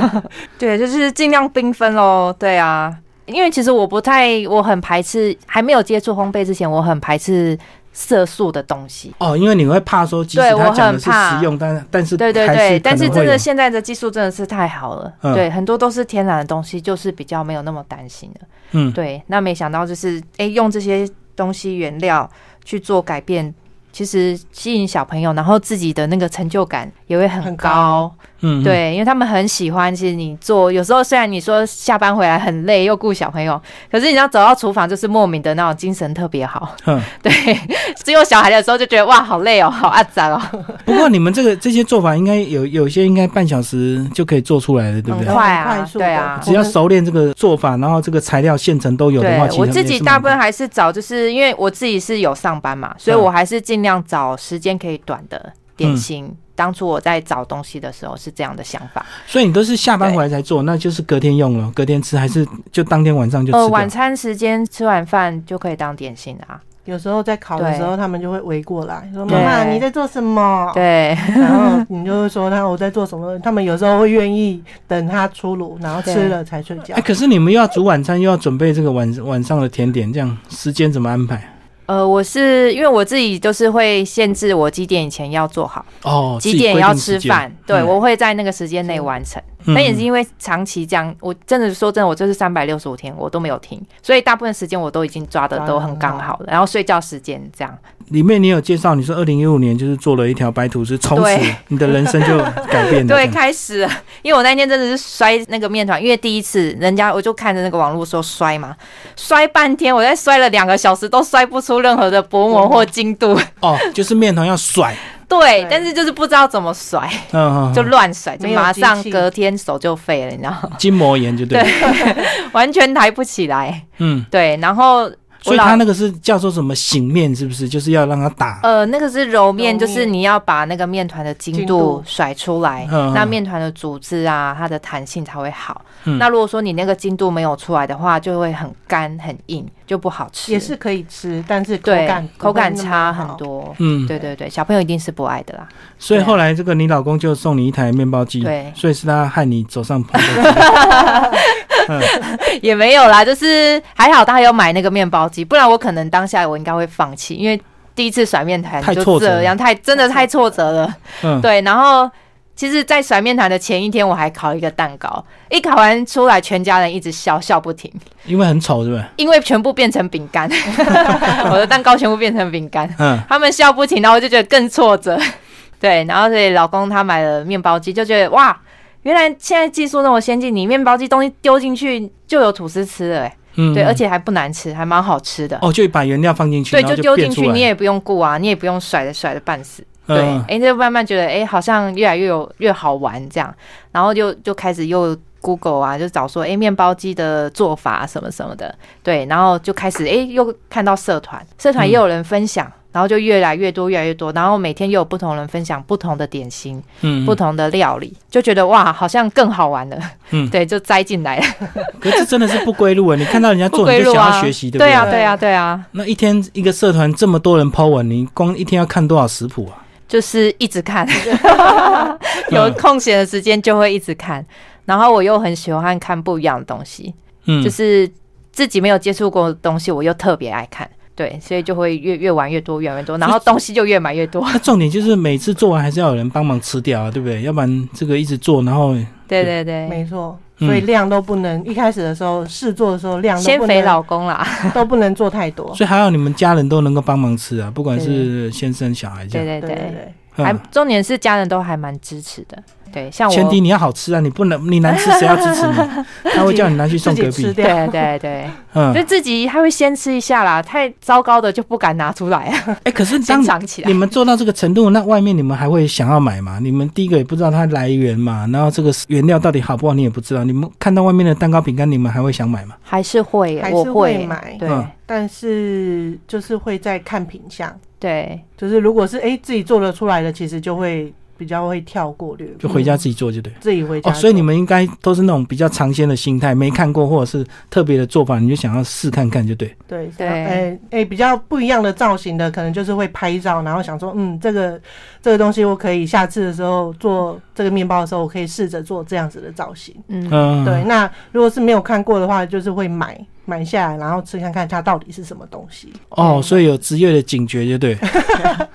Speaker 3: 对，就是尽量缤纷喽。对啊，因为其实我不太，我很排斥，还没有接触烘焙之前，我很排斥色素的东西。
Speaker 1: 哦，因为你会怕说，即使
Speaker 3: 对我
Speaker 1: 他讲的
Speaker 3: 很
Speaker 1: 是
Speaker 3: 怕
Speaker 1: 实用，但但是
Speaker 3: 对对
Speaker 1: 还
Speaker 3: 对，
Speaker 1: 可
Speaker 3: 但是
Speaker 1: 能
Speaker 3: 真
Speaker 1: 会
Speaker 3: 的
Speaker 1: 有
Speaker 3: 现在的技术真的是太好了，
Speaker 1: 嗯
Speaker 3: 对，很多都是天然的东西，就是比较没有那么担心了。
Speaker 1: 嗯
Speaker 3: 对，那没想到就是哎、诶用这些东西原料去做改变，其实吸引小朋友，然后自己的那个成就感也会
Speaker 2: 很
Speaker 3: 很
Speaker 2: 高
Speaker 3: 高。
Speaker 1: 嗯，嗯，
Speaker 3: 对，因为他们很喜欢。其实你做，有时候虽然你说下班回来很累，又顾小朋友，可是你要走到厨房，就是莫名的那种精神特别好。
Speaker 1: 哼。
Speaker 3: 对，只有小孩的时候就觉得哇，好累哦，好阿杂哦，
Speaker 1: 不过你们这个这些做法，应该有有些应该半小时就可以做出来的，对不
Speaker 3: 很
Speaker 1: 对？
Speaker 2: 嗯
Speaker 3: 快
Speaker 2: 很
Speaker 3: 啊
Speaker 2: 快，速的
Speaker 3: 对啊。
Speaker 1: 只要熟练这个做法，然后这个材料现成都有的话，
Speaker 3: 对
Speaker 1: 其，实
Speaker 3: 我自己大部分
Speaker 1: 还
Speaker 3: 还是找，就是因为我自己是有上班嘛，所以
Speaker 1: 嗯
Speaker 3: 我还是尽量找时间可以短的点心。当初我在找东西的时候是这样的想法，
Speaker 1: 所以你都是下班回来才做，那就是隔天用了，隔天吃还是就当天嗯哦晚上就
Speaker 3: 呃，
Speaker 1: 吃掉
Speaker 3: 晚？餐时间吃完饭就可以当点心啊。
Speaker 2: 有时候在烤的
Speaker 3: 对
Speaker 2: 时候，他们就会围过来说：“
Speaker 3: 对
Speaker 2: 妈妈，你在做什么？”，
Speaker 3: 对，
Speaker 2: 然后你就会说：“他我在做什么？”他们有时候会愿意等他出炉，然后吃
Speaker 3: 对
Speaker 2: 了才睡觉
Speaker 1: 哎，。可是你们又要煮晚餐，又要准备这个晚晚上的甜点，这样时间怎么安排？
Speaker 3: 呃，我是因为我自己就是会限制我几点以前要做好，
Speaker 1: 哦，
Speaker 3: 几点要吃饭，对、
Speaker 1: 嗯
Speaker 3: 我会在那个时间内完成。
Speaker 1: 那
Speaker 3: 但也是因为长期这样，我真的说真的，我就是三百六十五天我都没有停，所以大部分时间我都已经抓的都很刚好了。然后睡觉时间这样，
Speaker 1: 里面你有介绍，你说二零一五年就是做了一条白吐司，从此
Speaker 3: 对
Speaker 1: 你的人生就改变了。
Speaker 3: 对，
Speaker 1: 这样
Speaker 3: 开始了， 因为我那天真的是摔那个面团，因为第一次人家我就看着那个网络说摔嘛，摔半天，我在摔了两个小时都摔不出任何的薄膜或精 度，
Speaker 1: 哦，就是面团要甩，
Speaker 3: 对
Speaker 2: 对，
Speaker 3: 但是就是不知道怎么甩，
Speaker 1: 嗯，嗯
Speaker 3: 就乱甩，就
Speaker 2: 没有
Speaker 3: 马
Speaker 2: 机
Speaker 3: 上
Speaker 2: 器
Speaker 3: 隔天手就废了，你知道吗，
Speaker 1: 筋膜炎就对了，
Speaker 3: 完全抬不起来。
Speaker 1: 嗯，
Speaker 3: 对，然后
Speaker 1: 所以
Speaker 3: 我老
Speaker 1: 他那个是叫做什么醒面，是不是？就是要让它打，
Speaker 3: 呃，那个是揉面，
Speaker 2: 揉面
Speaker 3: 就是你要把那个面团的精
Speaker 2: 筋
Speaker 3: 度
Speaker 2: 度
Speaker 3: 甩出来，
Speaker 1: 嗯
Speaker 3: 那
Speaker 1: 嗯
Speaker 3: 面团的组织啊，它的弹性才会好。
Speaker 1: 嗯
Speaker 3: 那如果说你那个精度没有出来的话，就会很干很硬，就不好吃。
Speaker 2: 也是可以吃，但是口
Speaker 3: 对
Speaker 2: 感
Speaker 3: 口感
Speaker 2: 不会那么
Speaker 3: 差
Speaker 2: 好
Speaker 3: 很。多。
Speaker 1: 嗯，
Speaker 3: 对对对，小朋友一定是不爱的啦。
Speaker 1: 所以后来这个你老公就送你一台面包机，
Speaker 3: 啊对
Speaker 1: 所以是他害你走上跑 步机，
Speaker 3: 也没有啦，就是还好他有买那个面包机，不然我可能当下我应该会放弃，因为第一次甩面团
Speaker 1: 太挫
Speaker 3: 就
Speaker 1: 折
Speaker 3: 这样，太真的太挫折了。
Speaker 1: 嗯，
Speaker 3: 对，然后其实，在甩面团的前一天，我还烤了一个蛋糕，一烤完出来，全家人一直笑笑不停，
Speaker 1: 因为很丑，是不是？
Speaker 3: 因为全部变成饼 干，我的蛋糕全部变成饼干，
Speaker 1: 嗯，
Speaker 3: 他们笑不停，然后我就觉得更挫折。对，然后所以老公他买了面包机，就觉得哇，原来现在技术那么先进，你面包机东西丢进去就有吐司吃了、欸，
Speaker 1: 嗯，
Speaker 3: 对，而且还不难吃，还蛮好吃的。
Speaker 1: 哦，就把原料放进去，
Speaker 3: 对，
Speaker 1: 然后
Speaker 3: 就丢
Speaker 1: 变
Speaker 3: 进
Speaker 1: 出
Speaker 3: 去，
Speaker 1: 来
Speaker 3: 你也不用顾啊，你也不用甩的甩的半死。对，哎、
Speaker 1: 嗯，
Speaker 3: 就慢慢觉得，哎、好像越来越有越好玩这样，然后就就开始又 Google 啊，就找说，哎、面包机的做法什么什么的，对，然后就开始，哎、又看到社团，社团
Speaker 1: 嗯
Speaker 3: 也有人分享，然后就越来越多，越来越多，然后每天又有不同人分享不同的点心，
Speaker 1: 嗯，
Speaker 3: 不同的料理，就觉得哇，好像更好玩了，
Speaker 1: 嗯
Speaker 3: 对，就栽进来了，
Speaker 1: 可是这真的是不归路啊！你看到人家
Speaker 3: 不
Speaker 1: 做，
Speaker 3: 归
Speaker 1: 你就
Speaker 3: 路
Speaker 1: 想
Speaker 3: 啊，
Speaker 1: 要学习，不
Speaker 3: 对
Speaker 1: 对？
Speaker 3: 啊，对啊，对啊，
Speaker 1: 那一天一个社团这么多人 po 文，你光一天要看多少食谱啊？
Speaker 3: 就是一直 看，
Speaker 1: 嗯
Speaker 3: 有空闲的时间就会一直看。然后我又很喜欢看不一样的东西，
Speaker 1: 嗯，
Speaker 3: 就是自己没有接触过的东西，我又特别爱看。
Speaker 1: 嗯
Speaker 3: 对，所以就会越越玩越多，越玩越 多，然后东西就越买越多。
Speaker 1: 那重点就是每次做完还是要有人帮忙吃掉啊，对不对？要不然这个一直做，然后
Speaker 3: 对对对，
Speaker 2: 没错，
Speaker 1: 嗯
Speaker 2: 所以量都不能、一开始的时候试做的时候量都
Speaker 3: 先
Speaker 2: 不
Speaker 3: 肥
Speaker 2: 能
Speaker 3: 老公啦，
Speaker 2: 都不能做太多。
Speaker 1: 所以还好你们家人都能够帮忙吃啊，不管是先生小孩这
Speaker 3: 对
Speaker 1: 样。
Speaker 3: 对
Speaker 2: 对对
Speaker 3: 对，
Speaker 2: 对，
Speaker 3: 还
Speaker 1: 嗯
Speaker 3: 重点是家人都还蛮支持的。对，像我，
Speaker 1: 前提你要好吃啊，你不能你难吃谁要支持 你？他会叫你拿去
Speaker 2: 自
Speaker 1: 送
Speaker 2: 己
Speaker 1: 隔
Speaker 2: 吃
Speaker 1: 壁。
Speaker 2: 掉。
Speaker 3: 对对对，
Speaker 1: 嗯，
Speaker 3: 就
Speaker 1: 哎、
Speaker 3: 自己他会先吃一下啦，太糟糕的就不敢拿出来，
Speaker 1: 哎可是当
Speaker 3: 先藏起来
Speaker 1: 你。们做到这个程度，那外面你们还会想要买吗？你们第一个也不知道它来源嘛，然后这个原料到底好不好你也不知道。你们看到外面的蛋糕饼干，你们还会想买吗？
Speaker 3: 还是会耶，
Speaker 2: 还是
Speaker 3: 我
Speaker 2: 会
Speaker 3: 耶
Speaker 2: 买
Speaker 3: 对、
Speaker 1: 嗯
Speaker 2: 但是就是会在看品相，
Speaker 3: 对，
Speaker 2: 就是如果是哎、自己做得出来的，其实就会比较会跳过略过，
Speaker 1: 就回家自己做就对。
Speaker 2: 自己回家
Speaker 1: 哦，
Speaker 2: 做、
Speaker 1: 所以你们应该都是那种比较尝鲜的心态，没看过或者是特别的做法，你就想要试看看就对。
Speaker 2: 对
Speaker 3: 对
Speaker 2: 哎哎、比较不一样的造型的，可能就是会拍照，然后想说，嗯，这个这个东西我可以下次的时候做这个面包的时候，我可以试着做这样子的造型。
Speaker 3: 嗯，
Speaker 1: 嗯，
Speaker 2: 对，，那如果是没有看过的话，就是会买买下来，然后吃看看它到底是什么东西。
Speaker 1: 哦，所以有职业的警觉就对。嗯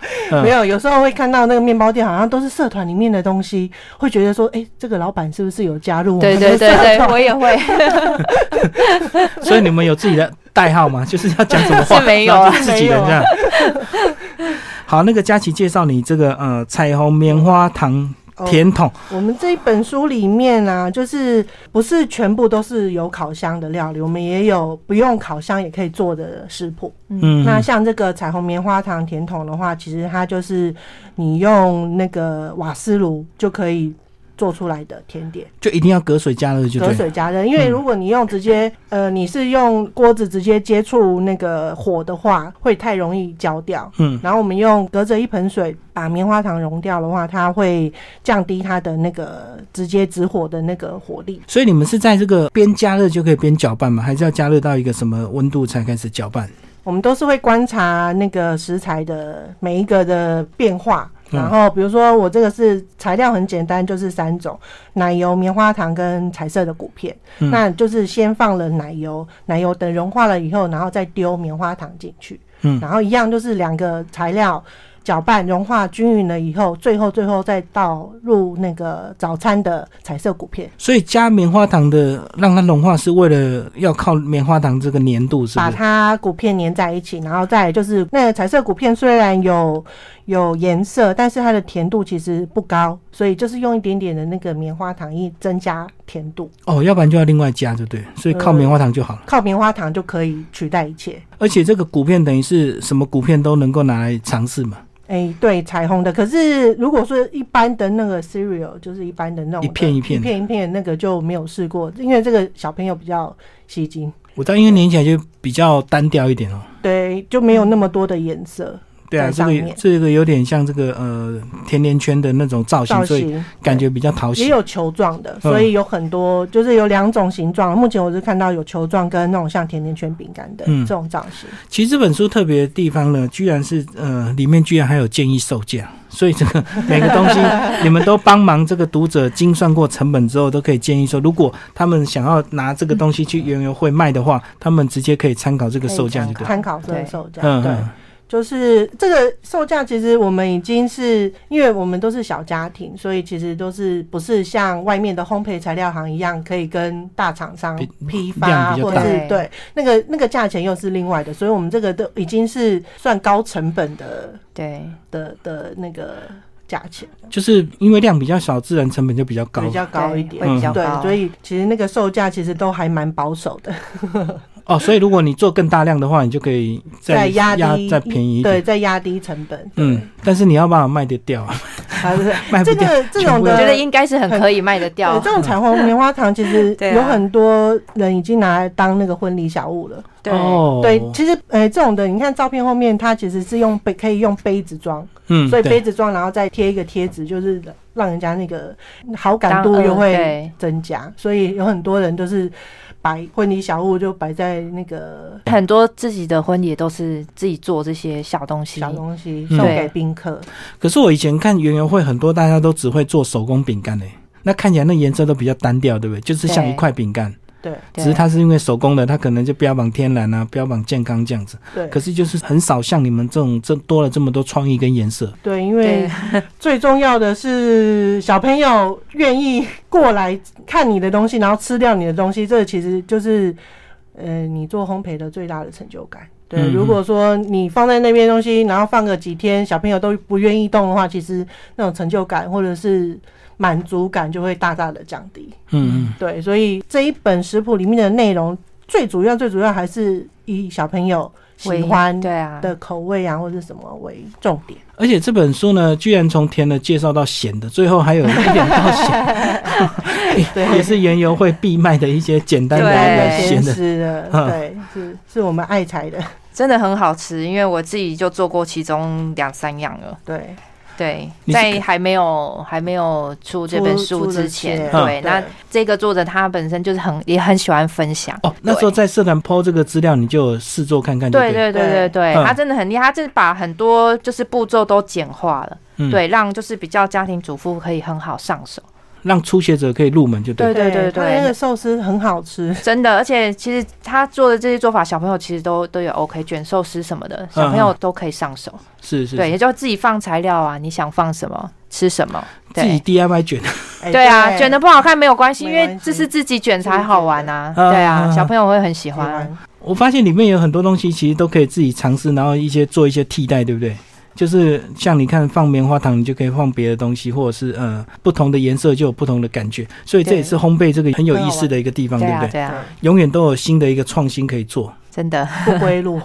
Speaker 2: 没有，有时候会看到那个面包店好像都是社团里面的东西，会觉得说，哎、这个老板是不是有加入我
Speaker 3: 对
Speaker 2: 们
Speaker 3: 对
Speaker 2: 的社
Speaker 3: 对
Speaker 2: 团？
Speaker 3: 对，我也会，
Speaker 1: 嗯 所以你们有自己的代号吗？就是要讲什么话，
Speaker 3: 是没有
Speaker 2: 啊
Speaker 3: 啊
Speaker 1: 然后就自己人这样。 好，那个佳琪介绍你这个呃彩虹棉花糖
Speaker 2: 哦
Speaker 1: 甜筒，
Speaker 2: 我们这一本书里面啊，就是不是全部都是有烤箱的料理，我们也有不用烤箱也可以做的食谱。
Speaker 1: 嗯，
Speaker 2: 那像这个彩虹棉花糖甜筒的话，其实它就是你用那个瓦斯炉就可以做出来的甜点，
Speaker 1: 就一定要隔水加热，就
Speaker 2: 隔
Speaker 1: 对了。
Speaker 2: 水加热。因为
Speaker 1: 嗯
Speaker 2: 如果你用直接，呃，你是用锅子直接接触那个火的话，会太容易焦掉。
Speaker 1: 嗯，
Speaker 2: 然后我们用隔着一盆水把棉花糖溶掉的话，它会降低它的那个直接直火的那个火力。
Speaker 1: 所以你们是在这个边加热就可以边搅拌吗？还是要加热到一个什么温度才开始搅拌？
Speaker 2: 我们都是会观察那个食材的每一个的变化。
Speaker 1: 嗯
Speaker 2: 然后，比如说我这个是材料很简单，就是三种奶油、棉花糖跟彩色的骨片。
Speaker 1: 嗯
Speaker 2: 那就是先放了奶油，奶油等融化了以后，然后再丢棉花糖进去。
Speaker 1: 嗯
Speaker 2: 然后一样就是两个材料搅拌融化均匀了以后，最后最后再倒入那个早餐的彩色骨片，
Speaker 1: 所以加棉花糖的让它融化是为了要靠棉花糖这个粘度，是
Speaker 2: 把
Speaker 1: 不是？
Speaker 2: 它骨片粘在一起，然后再来就是那个彩色骨片虽然有有颜色，但是它的甜度其实不高，所以就是用一点点的那个棉花糖一增加甜度，
Speaker 1: 哦，要不然就要另外加，对不对？所以
Speaker 2: 嗯
Speaker 1: 靠棉花糖就好了。
Speaker 2: 靠棉花糖就可以取代一切。
Speaker 1: 而且这个骨片等于是什么骨片都能够拿来尝试嘛，
Speaker 2: 哎、对，彩虹的。可是如果说一般的那个 cereal，就是一般的那种
Speaker 1: 一片一
Speaker 2: 一
Speaker 1: 片的。
Speaker 2: 片一片那个就没有试过，因为这个小朋友比较吸睛，
Speaker 1: 我知道，因为粘起来就比较单调一点哦。
Speaker 2: 对，就没有那么多的颜色
Speaker 1: 对啊，
Speaker 2: 在
Speaker 1: 这
Speaker 2: 上
Speaker 1: 个
Speaker 2: 面
Speaker 1: 这个有点像这个呃甜甜圈的那种造型，
Speaker 2: 造
Speaker 1: 所以
Speaker 2: 型，
Speaker 1: 感觉比较讨
Speaker 2: 也
Speaker 1: 喜。
Speaker 2: 有球状
Speaker 1: 嗯
Speaker 2: 的，所以有很多就是有两种形状。目前我是看到有球状跟那种像甜甜圈饼干的
Speaker 1: 嗯
Speaker 2: 这种造型。
Speaker 1: 其实这本书特别的地方呢，居然是呃里面居然还有建议售价，所以这个每个东 西你们都帮忙这个读者精算过成本之后，都可以建议说，如果他们想要拿这个东西去园游会卖的话，他们直接可以参考这个售价就对了。
Speaker 2: 参嗯考这个售价，
Speaker 1: 嗯
Speaker 2: 对，
Speaker 1: 嗯，
Speaker 2: 就是这个售价，其实我们已经是因为我们都是小家庭，所以其实都是不是像外面的烘焙材料行一样，可以跟大厂商
Speaker 1: 比
Speaker 2: 批
Speaker 1: 量
Speaker 2: 发，
Speaker 1: 比较
Speaker 2: 或
Speaker 1: 大
Speaker 2: 者是
Speaker 3: 对
Speaker 2: 对那个那个价钱又是另外的，所以我们这个都已经是算高成本的
Speaker 3: 对，
Speaker 2: 的的那个价钱。
Speaker 1: 就是因为量比较少，自然成本就比较高
Speaker 2: 比较高一
Speaker 3: 对会
Speaker 2: 点，
Speaker 3: 比较
Speaker 2: 对
Speaker 3: 高，
Speaker 2: 所以其实那个售价其实都还蛮保守的，
Speaker 1: 哦。所以如果你做更大量的话，你就可以再
Speaker 2: 再压低
Speaker 1: 再便宜一点。
Speaker 2: 对，再压低成本，
Speaker 1: 嗯，但是你要把它卖得掉 啊，
Speaker 2: 还是
Speaker 1: 卖不
Speaker 2: 这
Speaker 1: 掉。
Speaker 2: 个这种
Speaker 3: 我
Speaker 2: 的，
Speaker 3: 觉得应该是很可以卖得掉
Speaker 2: 对，这种彩虹棉花糖，其实
Speaker 3: 对啊
Speaker 2: 有很多人已经拿来当那个婚礼小物了。
Speaker 3: 对，
Speaker 1: 哦，
Speaker 2: 对，其实呃，这种的，你看照片后面，它其实是用杯可以用杯子装，
Speaker 1: 嗯，
Speaker 2: 所以
Speaker 1: 对
Speaker 2: 杯子装，然后再贴一个贴纸，就是让人家那个好感
Speaker 3: 当
Speaker 2: 度
Speaker 3: 呃
Speaker 2: 又会
Speaker 3: 对
Speaker 2: 增加。所以有很多人都是摆婚礼小物，就摆在那个
Speaker 3: 很多自己的婚礼也都是自己做这些小东西，
Speaker 2: 小东西
Speaker 1: 嗯
Speaker 2: 送给宾客，
Speaker 1: 可是我以前看园游会，很多大家都只会做手工饼干诶，那看起来那颜色都比较单调，对不对？就是像
Speaker 3: 对
Speaker 1: 一块饼干，
Speaker 2: 对
Speaker 1: 只
Speaker 3: 对
Speaker 1: 是它是因为手工的，它可能就标榜天然啊，标榜健康这样子。
Speaker 2: 对
Speaker 1: 可是就是很少像你们这种这多了这么多创意跟颜色。
Speaker 2: 对，因
Speaker 3: 对
Speaker 2: 为最重要的是小朋友愿意过来看你的东西，然后吃掉你的东西，这其实就是呃你做烘焙的最大的成就感。对，
Speaker 1: 嗯
Speaker 2: 如果说你放在那边东西，然后放个几天，小朋友都不愿意动的话，其实那种成就感或者是满足感就会大大的降低。
Speaker 1: 嗯
Speaker 2: 对，所以这一本食谱里面的内容，最主要最主要还是以小朋友喜
Speaker 3: 为
Speaker 2: 欢
Speaker 3: 对啊，
Speaker 2: 的口味啊，或者什么为重点。
Speaker 1: 而且这本书呢，居然从甜的介绍到咸的，最后还有一点到 咸，
Speaker 2: 对
Speaker 1: 也是园游会必卖的一些简单的
Speaker 3: 对
Speaker 1: 一个
Speaker 2: 咸
Speaker 1: 咸的。
Speaker 2: 食的，
Speaker 1: 嗯
Speaker 2: 对，是是我们爱财的，
Speaker 3: 真的很好吃，因为我自己就做过其中两三样了。
Speaker 2: 对，
Speaker 3: 对，
Speaker 1: 你是
Speaker 3: 在还没有还没有出这本书之前，
Speaker 2: 出
Speaker 1: 了
Speaker 3: 对，那这个作者他本身就是很也很喜欢分享。
Speaker 1: 哦，那时候在社团 PO 这个资料，你就有试做看看就
Speaker 3: 对
Speaker 1: 对了。
Speaker 3: 对对
Speaker 2: 对
Speaker 3: 对对，
Speaker 1: 嗯
Speaker 3: 他真的很厉害，他就是把很多就是步骤都简化了，
Speaker 1: 嗯，
Speaker 3: 对，让就是比较家庭主妇可以很好上手。
Speaker 1: 让初学者可以入门就对了。
Speaker 3: 对对对
Speaker 2: 它
Speaker 3: 对
Speaker 2: 那个寿司很好吃，
Speaker 3: 真的，而且其实他做的这些做法，小朋友其实都都有 OK 卷寿司什么的，小朋友都可以上手。
Speaker 1: 嗯是是，
Speaker 3: 对，
Speaker 1: 是
Speaker 3: 也就自己放材料啊，你想放什么吃什么。
Speaker 1: 自己
Speaker 3: 对
Speaker 1: DIY 卷。
Speaker 2: 哎
Speaker 3: 对啊，卷的不好看没有关系，因
Speaker 2: 没
Speaker 3: 为
Speaker 2: 关系
Speaker 3: 这是自己卷才好玩
Speaker 1: 自
Speaker 3: 啊。
Speaker 1: 己卷的
Speaker 3: 对
Speaker 1: 嗯嗯
Speaker 3: 啊，
Speaker 1: 嗯
Speaker 3: 小朋友会很喜
Speaker 2: 喜
Speaker 3: 欢。
Speaker 2: 欢，
Speaker 1: 我发现里面有很多东西其实都可以自己尝试，然后一些做一些替代，对不对？就是像你看放棉花糖，你就可以放别的东西，或者是呃不同的颜色就有不同的感觉，所以这
Speaker 2: 对
Speaker 1: 也是烘焙这个很有意思的一个地方，
Speaker 3: 对
Speaker 1: 对不
Speaker 3: 啊
Speaker 1: 对？
Speaker 3: 对啊，
Speaker 1: 永远都有新的一个创新可以做。
Speaker 3: 真的。
Speaker 2: 不归 路。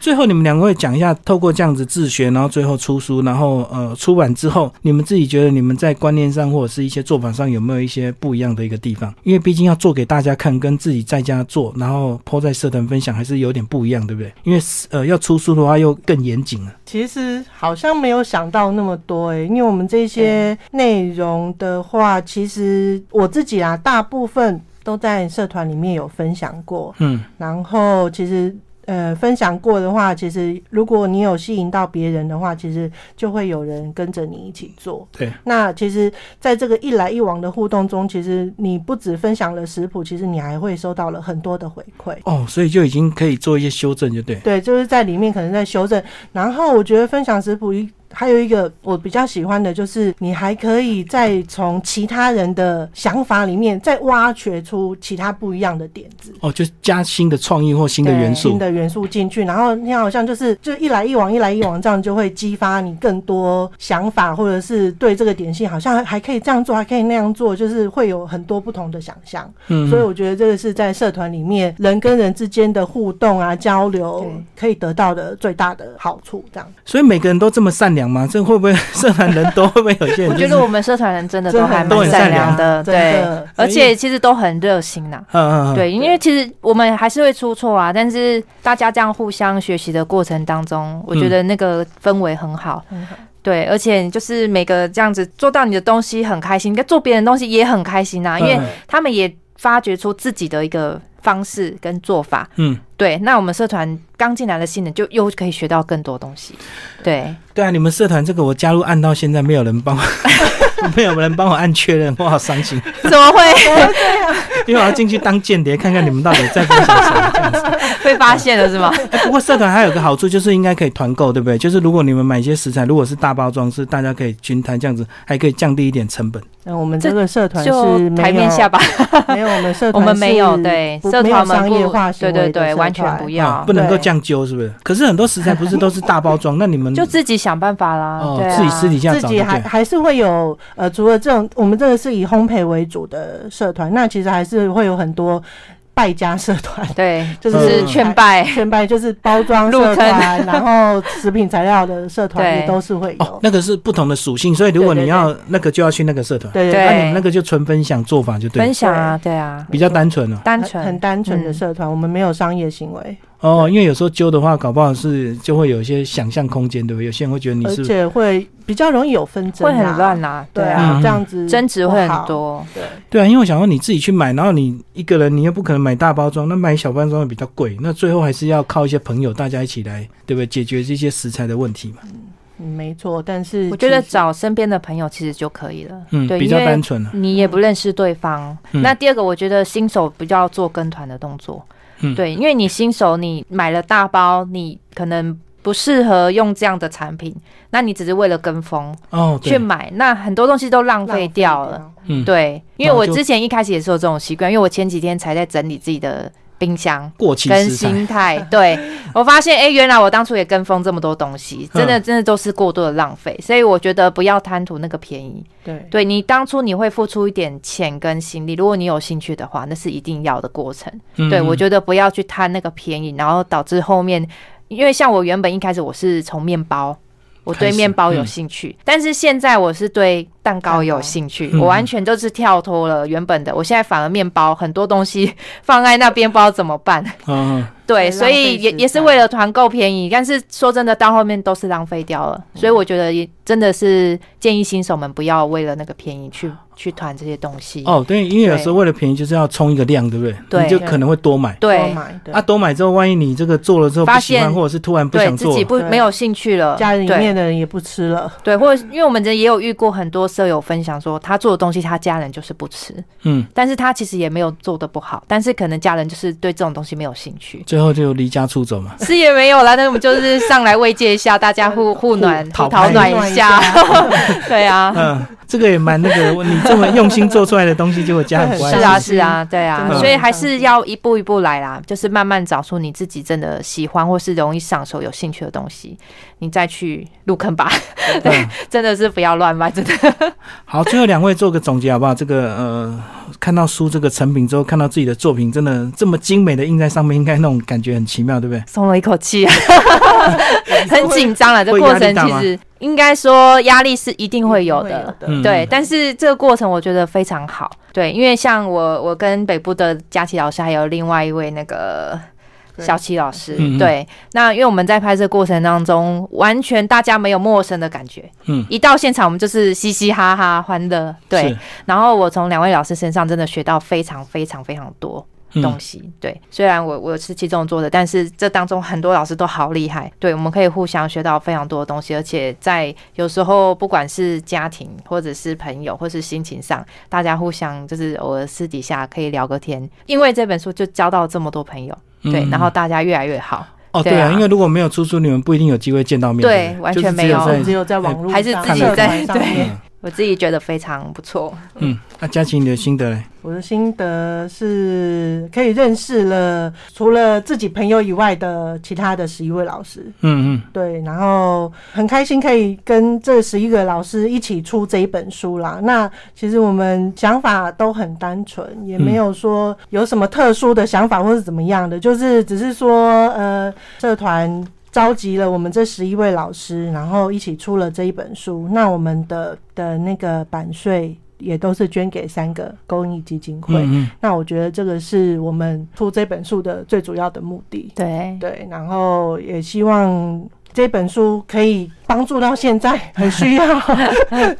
Speaker 1: 最后，你们两位讲一下，透过这样子自学，然后最后出书，然后呃出版之后，你们自己觉得你们在观念上或者是一些做法上有没有一些不一样的一个地方？因为毕竟要做给大家看，跟自己在家做，然后抛在社团分享，还是有点不一样，对不对？因为呃要出书的话，又更严谨啊了。
Speaker 2: 其实好像没有想到那么多诶、因为我们这些内容的话，其实我自己啊，大部分都在社团里面有分享过。
Speaker 1: 嗯，
Speaker 2: 然后其实呃，分享过的话，其实如果你有吸引到别人的话，其实就会有人跟着你一起做。
Speaker 1: 嗯对，
Speaker 2: 那其实在这个一来一往的互动中，其实你不只分享了食谱，其实你还会收到了很多的回馈。
Speaker 1: 哦，所以就已经可以做一些修正，就对。
Speaker 2: 对，就是在里面可能在修正。然后我觉得分享食谱一还有一个我比较喜欢的就是，你还可以再从其他人的想法里面再挖掘出其他不一样的点子。
Speaker 1: 哦，就加新的创意或新的
Speaker 3: 对
Speaker 1: 元
Speaker 2: 新
Speaker 1: 素。
Speaker 2: 的元素进去，然后你好像就是就一来一往，一来一往，这样就会激发你更多想法，或者是对这个点心好像还可以这样做，还可以那样做，就是会有很多不同的想象。
Speaker 1: 嗯，
Speaker 2: 所以我觉得这个是在社团里面人跟人之间的互动啊、交流
Speaker 3: 对
Speaker 2: 可以得到的最大的好处。这样
Speaker 1: 所以每个人都这么善良吗？这会不会社团人都会不会有些人、
Speaker 3: 我
Speaker 1: 就是？
Speaker 3: 觉得我们社团人真的
Speaker 2: 真
Speaker 3: 都
Speaker 2: 的
Speaker 3: 还
Speaker 1: 都
Speaker 3: 蛮
Speaker 1: 很
Speaker 3: 善
Speaker 1: 善
Speaker 3: 良
Speaker 1: 良
Speaker 3: 的，
Speaker 2: 真
Speaker 3: 对，
Speaker 2: 的
Speaker 3: 而
Speaker 1: 所以
Speaker 3: 且其实都很热心呐。
Speaker 1: 嗯嗯嗯，
Speaker 3: 对，因为其实我们还是会出错啊，但是大家这样互相学习的过程当中，我觉得那个氛围很好。
Speaker 2: 很好。
Speaker 3: 对，而且就是每个这样子做到你的东西很开心，跟做别人的东西也很开心啊，因为
Speaker 1: 嗯
Speaker 3: 他们也发掘出自己的一个方式跟做法。
Speaker 1: 嗯。
Speaker 3: 对，那我们社团刚进来的新人就又可以学到更多 东西。对，
Speaker 1: 对啊，你们社团这个我加入按到现在没有人帮我， 没有人帮我按确认，我好伤心，
Speaker 3: 怎么会
Speaker 1: 因为我要进去当间谍，看看你们到底在分享什么这样子。
Speaker 3: 被发现了 是吗？
Speaker 1: 哎不过社团还有个好处就是应该可以团购，对不对？就是如果你们买一些食材，如果是大包装，是大家可以均摊这样子，还可以降低一点成本。
Speaker 2: 那我们这个社团是
Speaker 3: 就
Speaker 2: 没
Speaker 3: 台
Speaker 2: 有
Speaker 3: 面下吧，
Speaker 2: 没有我们社
Speaker 3: 我
Speaker 2: 团
Speaker 3: 们没有
Speaker 2: 是
Speaker 3: 对
Speaker 2: 不
Speaker 3: 社
Speaker 2: 没有
Speaker 3: 团我们
Speaker 2: 商业化
Speaker 3: 不，对
Speaker 2: 行
Speaker 3: 对
Speaker 2: 为的
Speaker 3: 对，
Speaker 2: 社
Speaker 3: 完全
Speaker 2: 团
Speaker 3: 不要
Speaker 1: 啊嗯不，能够
Speaker 2: 对
Speaker 1: 降揪，是不是？可是很多食材不是都是大包装，那你们
Speaker 3: 就自己想办法啦。
Speaker 1: 哦
Speaker 3: 对啊
Speaker 1: 自己私底下
Speaker 2: 自
Speaker 1: 找
Speaker 2: 己
Speaker 1: 就
Speaker 2: 还
Speaker 1: 对了。
Speaker 2: 还是会有呃，除了这种，我们这个是以烘焙为主的社团，那其实还是会有很多败家社团，
Speaker 3: 对，
Speaker 2: 就
Speaker 3: 就是是劝败。
Speaker 2: 全白就是包装
Speaker 3: 入
Speaker 2: 社
Speaker 3: 坑
Speaker 2: 团，然后食品材料的社团
Speaker 3: 对
Speaker 2: 也都是会
Speaker 1: 哦
Speaker 2: 有，。
Speaker 1: 那个是不同的属性，所以如果
Speaker 2: 对对
Speaker 1: 你要那个就要去那个社团，
Speaker 2: 对
Speaker 1: 那
Speaker 3: 对
Speaker 2: 对，
Speaker 1: 你们那个就纯分享做法就对了
Speaker 3: 分，享啊，对啊，
Speaker 1: 比较单纯哦了、
Speaker 3: 单
Speaker 2: 很
Speaker 3: 纯
Speaker 2: 很单纯的
Speaker 3: 嗯
Speaker 2: 社团，我们没有商业行为，
Speaker 1: 哦，因为有时候揪的话，搞不好是就会有一些想象空间，对不对？有些人会觉得你
Speaker 2: 而
Speaker 1: 是不是
Speaker 2: 且会比较容易有纷争，
Speaker 3: 会很乱，啦，
Speaker 2: 对
Speaker 1: 嗯
Speaker 2: 啊，这样子
Speaker 3: 争执会
Speaker 2: 不好
Speaker 3: 很，多，
Speaker 2: 对，
Speaker 1: 对啊，因为我想说你自己去买，然后你一个人你又不可能买大包装，那买小包装的比较贵，那最后还是要靠一些朋友大家一起来，对不对？解决这些食材的问题嘛，
Speaker 2: 嗯没错。但是
Speaker 3: 我觉得
Speaker 2: 其实
Speaker 3: 找身边的朋友其实就可以了，
Speaker 1: 嗯，
Speaker 3: 对，
Speaker 1: 比
Speaker 3: 因
Speaker 1: 较单
Speaker 3: 为
Speaker 1: 纯了、
Speaker 3: 你也不认识对方。
Speaker 1: 嗯
Speaker 3: 那第二个，我觉得新手比较做跟团的动作，
Speaker 1: 嗯
Speaker 3: 对，因为你新手你买了大包，你可能。不适合用这样的产品，那你只是为了跟风
Speaker 1: 哦，
Speaker 3: 去
Speaker 1: 对，
Speaker 3: 买，那很多东西都浪
Speaker 2: 浪
Speaker 3: 费掉了。，
Speaker 1: 嗯，
Speaker 3: 对，因为
Speaker 1: 然后
Speaker 3: 我
Speaker 1: 就
Speaker 3: 之前一开始也是有这种习惯，因为我前几天才在整理自己的冰箱，
Speaker 1: 过期
Speaker 3: 跟
Speaker 1: 食材，
Speaker 3: 心态。对我发现，哎、原来我当初也跟风这么多东西，
Speaker 1: 嗯
Speaker 3: 真的真的都是过度的浪费。所以我觉得不要贪图那个便宜。
Speaker 2: 对。
Speaker 3: 对你当初你会付出一点钱跟心力，如果你有兴趣的话，那是一定要的过程。
Speaker 1: 嗯
Speaker 3: 对我觉得不要去贪那个便宜，然后导致后面，因为像我原本一开始我是从面包。我对
Speaker 1: 开始
Speaker 3: 面包有
Speaker 1: 嗯
Speaker 3: 兴趣，但是现在我是对蛋糕有兴趣，
Speaker 1: 嗯
Speaker 3: 我完全就是跳脱了原本的。我现在反而面包很多东西 放在那边，不知道怎么办。
Speaker 1: 嗯，嗯
Speaker 3: 对，
Speaker 2: 对
Speaker 3: 所
Speaker 2: 浪
Speaker 3: 以
Speaker 2: 费
Speaker 3: 也
Speaker 2: 食
Speaker 3: 也是
Speaker 2: 材
Speaker 3: 为了团购便宜，但是说真的，到后面都是浪费掉了。所以我觉得也真的是建议新手们不要为了那个便宜去去团这些东西。，
Speaker 1: 哦，对，因为有
Speaker 3: 嗯对
Speaker 1: 时候为了便宜就是要冲一个量，对不对？
Speaker 3: 对
Speaker 1: 你就可能会多买。
Speaker 2: 多
Speaker 3: 对
Speaker 2: 买，对
Speaker 1: 啊，多买之后，万一你这个做了之后不
Speaker 3: 发
Speaker 1: 喜欢，
Speaker 3: 现
Speaker 1: 或者是突然不
Speaker 3: 对，
Speaker 1: 想
Speaker 3: 自
Speaker 1: 做
Speaker 3: 己，不
Speaker 2: 对
Speaker 3: 没有兴趣了，
Speaker 2: 家里
Speaker 3: 对
Speaker 2: 面的人也不吃了，
Speaker 3: 对，或者因为我们这也有遇过很多舍友分享说，他做的东西他家人就是不吃，
Speaker 1: 嗯，
Speaker 3: 但是他其实也没有做的不好，但是可能家人就是对这种东西没有兴趣。
Speaker 1: 最后就离家出走嘛。
Speaker 3: 是也没有啦，那我们就是上来慰藉一下，大家互互暖、
Speaker 1: 讨
Speaker 3: 互讨暖
Speaker 2: 拍
Speaker 3: 一下。 对啊，
Speaker 1: 嗯，这个也蛮那个，你这么用心做出来的东西，结果家人不爱
Speaker 3: 是
Speaker 1: 吃。
Speaker 3: 啊，是啊，对
Speaker 2: 真
Speaker 3: 啊
Speaker 1: 的，
Speaker 3: 所以
Speaker 2: 是
Speaker 3: 还
Speaker 2: 这样
Speaker 3: 是
Speaker 2: 子
Speaker 3: 要一步一步来啦，就是慢慢找出你自己真的喜欢或是容易上手、有兴趣的东西，你再去入坑吧。
Speaker 1: 嗯
Speaker 3: 对， 真的是不要乱买，真的。
Speaker 1: 好，最后两位做个总结好不好？这个呃，看到书这个成品之后，看到自己的作品真的这么精美的印在上面，应该那种感觉很奇妙，对不对？
Speaker 3: 松了一口气啊， 很紧张啊了。这
Speaker 1: 会
Speaker 3: 过
Speaker 1: 压力
Speaker 3: 程
Speaker 1: 大
Speaker 3: 其
Speaker 1: 吗
Speaker 3: 实应该说压力是一定会有
Speaker 2: 会有
Speaker 3: 的，
Speaker 2: 的
Speaker 1: 嗯
Speaker 3: 对。但是这个过程我觉得非常好，对，因为像我，我跟北部的佳琪老师还有另外一位那个
Speaker 2: 对
Speaker 3: 小七老师
Speaker 1: 嗯嗯，
Speaker 3: 对。那因为我们在拍摄过程当中，完全大家没有陌生的感觉，
Speaker 1: 嗯，
Speaker 3: 一到现场我们就是嘻嘻哈哈欢乐，对
Speaker 1: 是。，
Speaker 3: 然后我从两位老师身上真的学到非常非常非常多，东
Speaker 1: 嗯，
Speaker 3: 西。对，虽然我我是其中做的，但是这当中很多老师都好厉害。对，我们可以互相学到非常多的东西，而且在有时候不管是家庭或者是朋友，或是心情上，大家互相就是偶尔私底下可以聊个天。因为这本书就交到这么多朋友，对，
Speaker 1: 嗯
Speaker 3: 然后大家越来越好，
Speaker 1: 哦，
Speaker 3: 对
Speaker 1: 对啊，
Speaker 3: 啊
Speaker 1: 因为如果没有出书，你们不一定有机会见到面，
Speaker 3: 对
Speaker 1: 不
Speaker 3: 完全
Speaker 1: 就是只
Speaker 3: 没有
Speaker 1: 在
Speaker 2: 只有在网络
Speaker 3: 还是
Speaker 2: 上
Speaker 3: 自己
Speaker 2: 社
Speaker 3: 在
Speaker 2: 团上
Speaker 3: 对
Speaker 2: 面
Speaker 1: 嗯
Speaker 3: 我自己觉得非常不错。
Speaker 1: 嗯，那佳琪你的心得嘞？
Speaker 2: 我的心得是可以认识了除了自己朋友以外的其他的十一位老师，
Speaker 1: 嗯嗯，
Speaker 2: 对，然后很开心可以跟这十一个老师一起出这一本书啦。那其实我们想法都很单纯，也没有说有什么特殊的想法或是怎么样的，就是只是说呃，社团。召集了我们这十一位老师，然后一起出了这一本书。那我们的的那个版税也都是捐给三个公益基金会。
Speaker 1: 嗯
Speaker 2: 那我觉得这个是我们出这本书的最主要的目的。
Speaker 3: 对，
Speaker 2: 对，然后也希望这本书可以帮助到现在很需 要，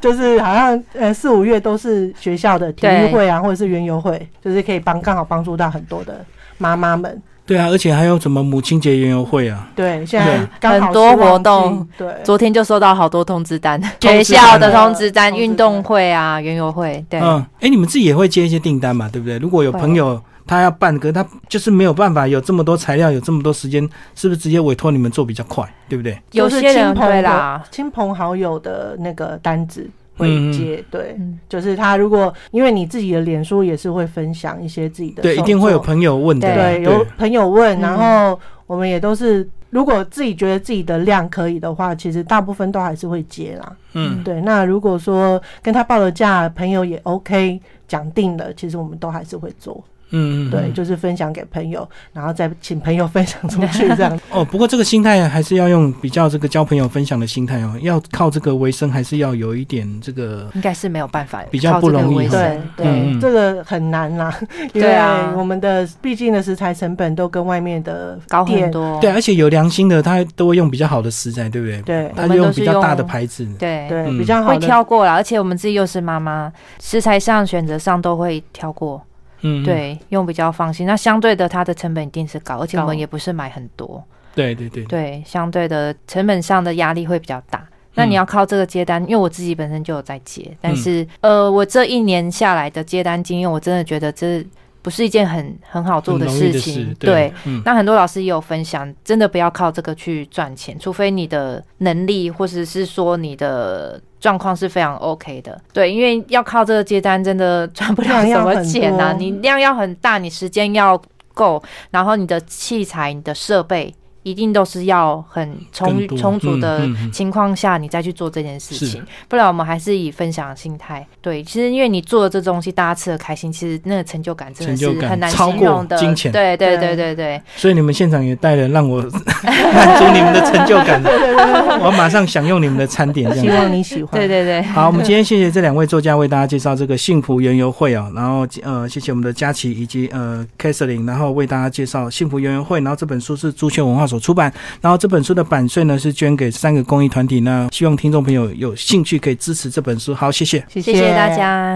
Speaker 2: 就是好像呃四五月都是学校的体育
Speaker 3: 对
Speaker 2: 会啊，或者是园游会，就是可以帮刚好帮助到很多的妈妈们。
Speaker 1: 对啊，而且还有什么母亲节园游会啊？
Speaker 2: 对，现在
Speaker 1: 对
Speaker 2: 刚好
Speaker 3: 很多
Speaker 2: 是旺
Speaker 3: 活动
Speaker 2: 季，对，
Speaker 3: 昨天就收到好多通知单，
Speaker 1: 通
Speaker 3: 学
Speaker 1: 知单
Speaker 3: 校的
Speaker 2: 啊
Speaker 3: 通知单、
Speaker 2: 通知
Speaker 3: 运动会啊、园游会，对，
Speaker 1: 嗯，哎，你们自己也会接一些订单嘛，对不对？如果有
Speaker 3: 会
Speaker 1: 朋友他要办，可是他就是没有办法，有这么多材料，有这么多时间，是不是直接委托你们做比较快，对不对？
Speaker 3: 有
Speaker 2: 就是
Speaker 3: 些
Speaker 2: 亲
Speaker 3: 人
Speaker 2: 朋
Speaker 3: 对
Speaker 2: 好
Speaker 3: 啦，
Speaker 2: 亲朋好友的那个单子会
Speaker 1: 嗯嗯
Speaker 2: 接，对。
Speaker 3: 嗯，
Speaker 2: 就是他，如果因为你自己的脸书也是会分享一些自己的
Speaker 1: 对，一
Speaker 2: 手
Speaker 1: 定会有
Speaker 2: 作
Speaker 1: 朋友问的啦，
Speaker 2: 对，
Speaker 1: 对
Speaker 2: 有朋友问，
Speaker 3: 嗯
Speaker 2: 然后我们也都是，如果自己觉得自己的量可以的话，其实大部分都还是会接啦。
Speaker 1: 嗯。
Speaker 2: 对，那如果说跟他报了价，朋友也 OK，讲定了，其实我们都还是会做。
Speaker 1: 嗯，嗯
Speaker 2: 对，
Speaker 1: 嗯
Speaker 2: 就是分享给朋友，然后再请朋友分享出去，这样
Speaker 1: 哦，不过这个心态还是要用比较这个交朋友分享的心态哦，要靠这个为生，还是要有一点这个
Speaker 3: 应该是没有办法，
Speaker 1: 比较
Speaker 3: 靠
Speaker 1: 不
Speaker 3: 这个
Speaker 1: 容易
Speaker 3: 为
Speaker 1: 哈
Speaker 2: 对
Speaker 3: 生
Speaker 1: 嗯
Speaker 2: 对，这个很难 啦，因
Speaker 3: 对
Speaker 2: 为
Speaker 3: 啊
Speaker 2: 我们的毕竟的食材成本都跟外面的
Speaker 3: 高很
Speaker 2: 店，
Speaker 3: 多，
Speaker 1: 对，而且有良心的，他都会用比较好的食材，对不对？
Speaker 2: 对
Speaker 1: 他
Speaker 3: 我们
Speaker 1: 就
Speaker 3: 都是
Speaker 1: 比较大的
Speaker 3: 用
Speaker 1: 牌子，
Speaker 3: 对
Speaker 2: 对，
Speaker 1: 嗯
Speaker 2: 比较好
Speaker 3: 会
Speaker 2: 的
Speaker 3: 挑过啦，而且我们自己又是妈妈，食材上选择上都会挑过，
Speaker 1: 嗯，嗯
Speaker 3: 对，用比较放心。那相对的，它的成本一定是高，而且我们
Speaker 2: 高
Speaker 3: 也不是买很多，
Speaker 1: 对对对，
Speaker 3: 对，相对的成本上的压力会比较大。那
Speaker 1: 嗯
Speaker 3: 你要靠这个接单，因为我自己本身就有在接，但是、呃，我这一年下来的接单经验，我真的觉得这不是一件很很好做
Speaker 1: 很
Speaker 3: 的
Speaker 1: 容易
Speaker 3: 事
Speaker 1: 的
Speaker 3: 情，
Speaker 1: 事，
Speaker 3: 对，，
Speaker 1: 嗯
Speaker 3: 那很多老师也有分享，真的不要靠这个去赚钱，除非你的能力或者是说你的状况是非常 OK 的。对，因为要靠这个接单，真的赚不了
Speaker 2: 量
Speaker 3: 什
Speaker 2: 要
Speaker 3: 么
Speaker 2: 很
Speaker 3: 钱呐、
Speaker 2: 多
Speaker 3: 你量要很大，你时间要够，然后你的器材、你的设备一定都是要很充
Speaker 1: 更
Speaker 3: 裕
Speaker 1: 多
Speaker 3: 充足的
Speaker 1: 嗯嗯嗯
Speaker 3: 情况下，你再去做这件事
Speaker 1: 是
Speaker 3: 情。不然我们还是以分享的心态。对，其实因为你做了这东西，大家吃的开心，其实那个成就感真的是
Speaker 1: 成就感
Speaker 3: 很难
Speaker 1: 超
Speaker 3: 形容
Speaker 1: 过
Speaker 3: 的。
Speaker 1: 金钱啊
Speaker 3: 对对
Speaker 2: 对
Speaker 3: 对对对，
Speaker 1: 所以你们现场也带了让 我满足你们的成就感，我马上享用你们的餐点这
Speaker 2: 希
Speaker 1: 样。
Speaker 2: 望你喜欢。
Speaker 3: 对对对。
Speaker 1: 好，我们今天谢谢这两位作家为大家介绍这个幸福园游会哦，然后呃，谢谢我们的佳琪以及呃 Catherine，然后为大家介绍幸福园游会，然后这本书是朱雀文化所出版，然后这本书的版税呢是捐给三个公益团体，那希望听众朋友有兴趣可以支持这本书，好，谢谢。
Speaker 2: 谢
Speaker 3: 谢谢大。家。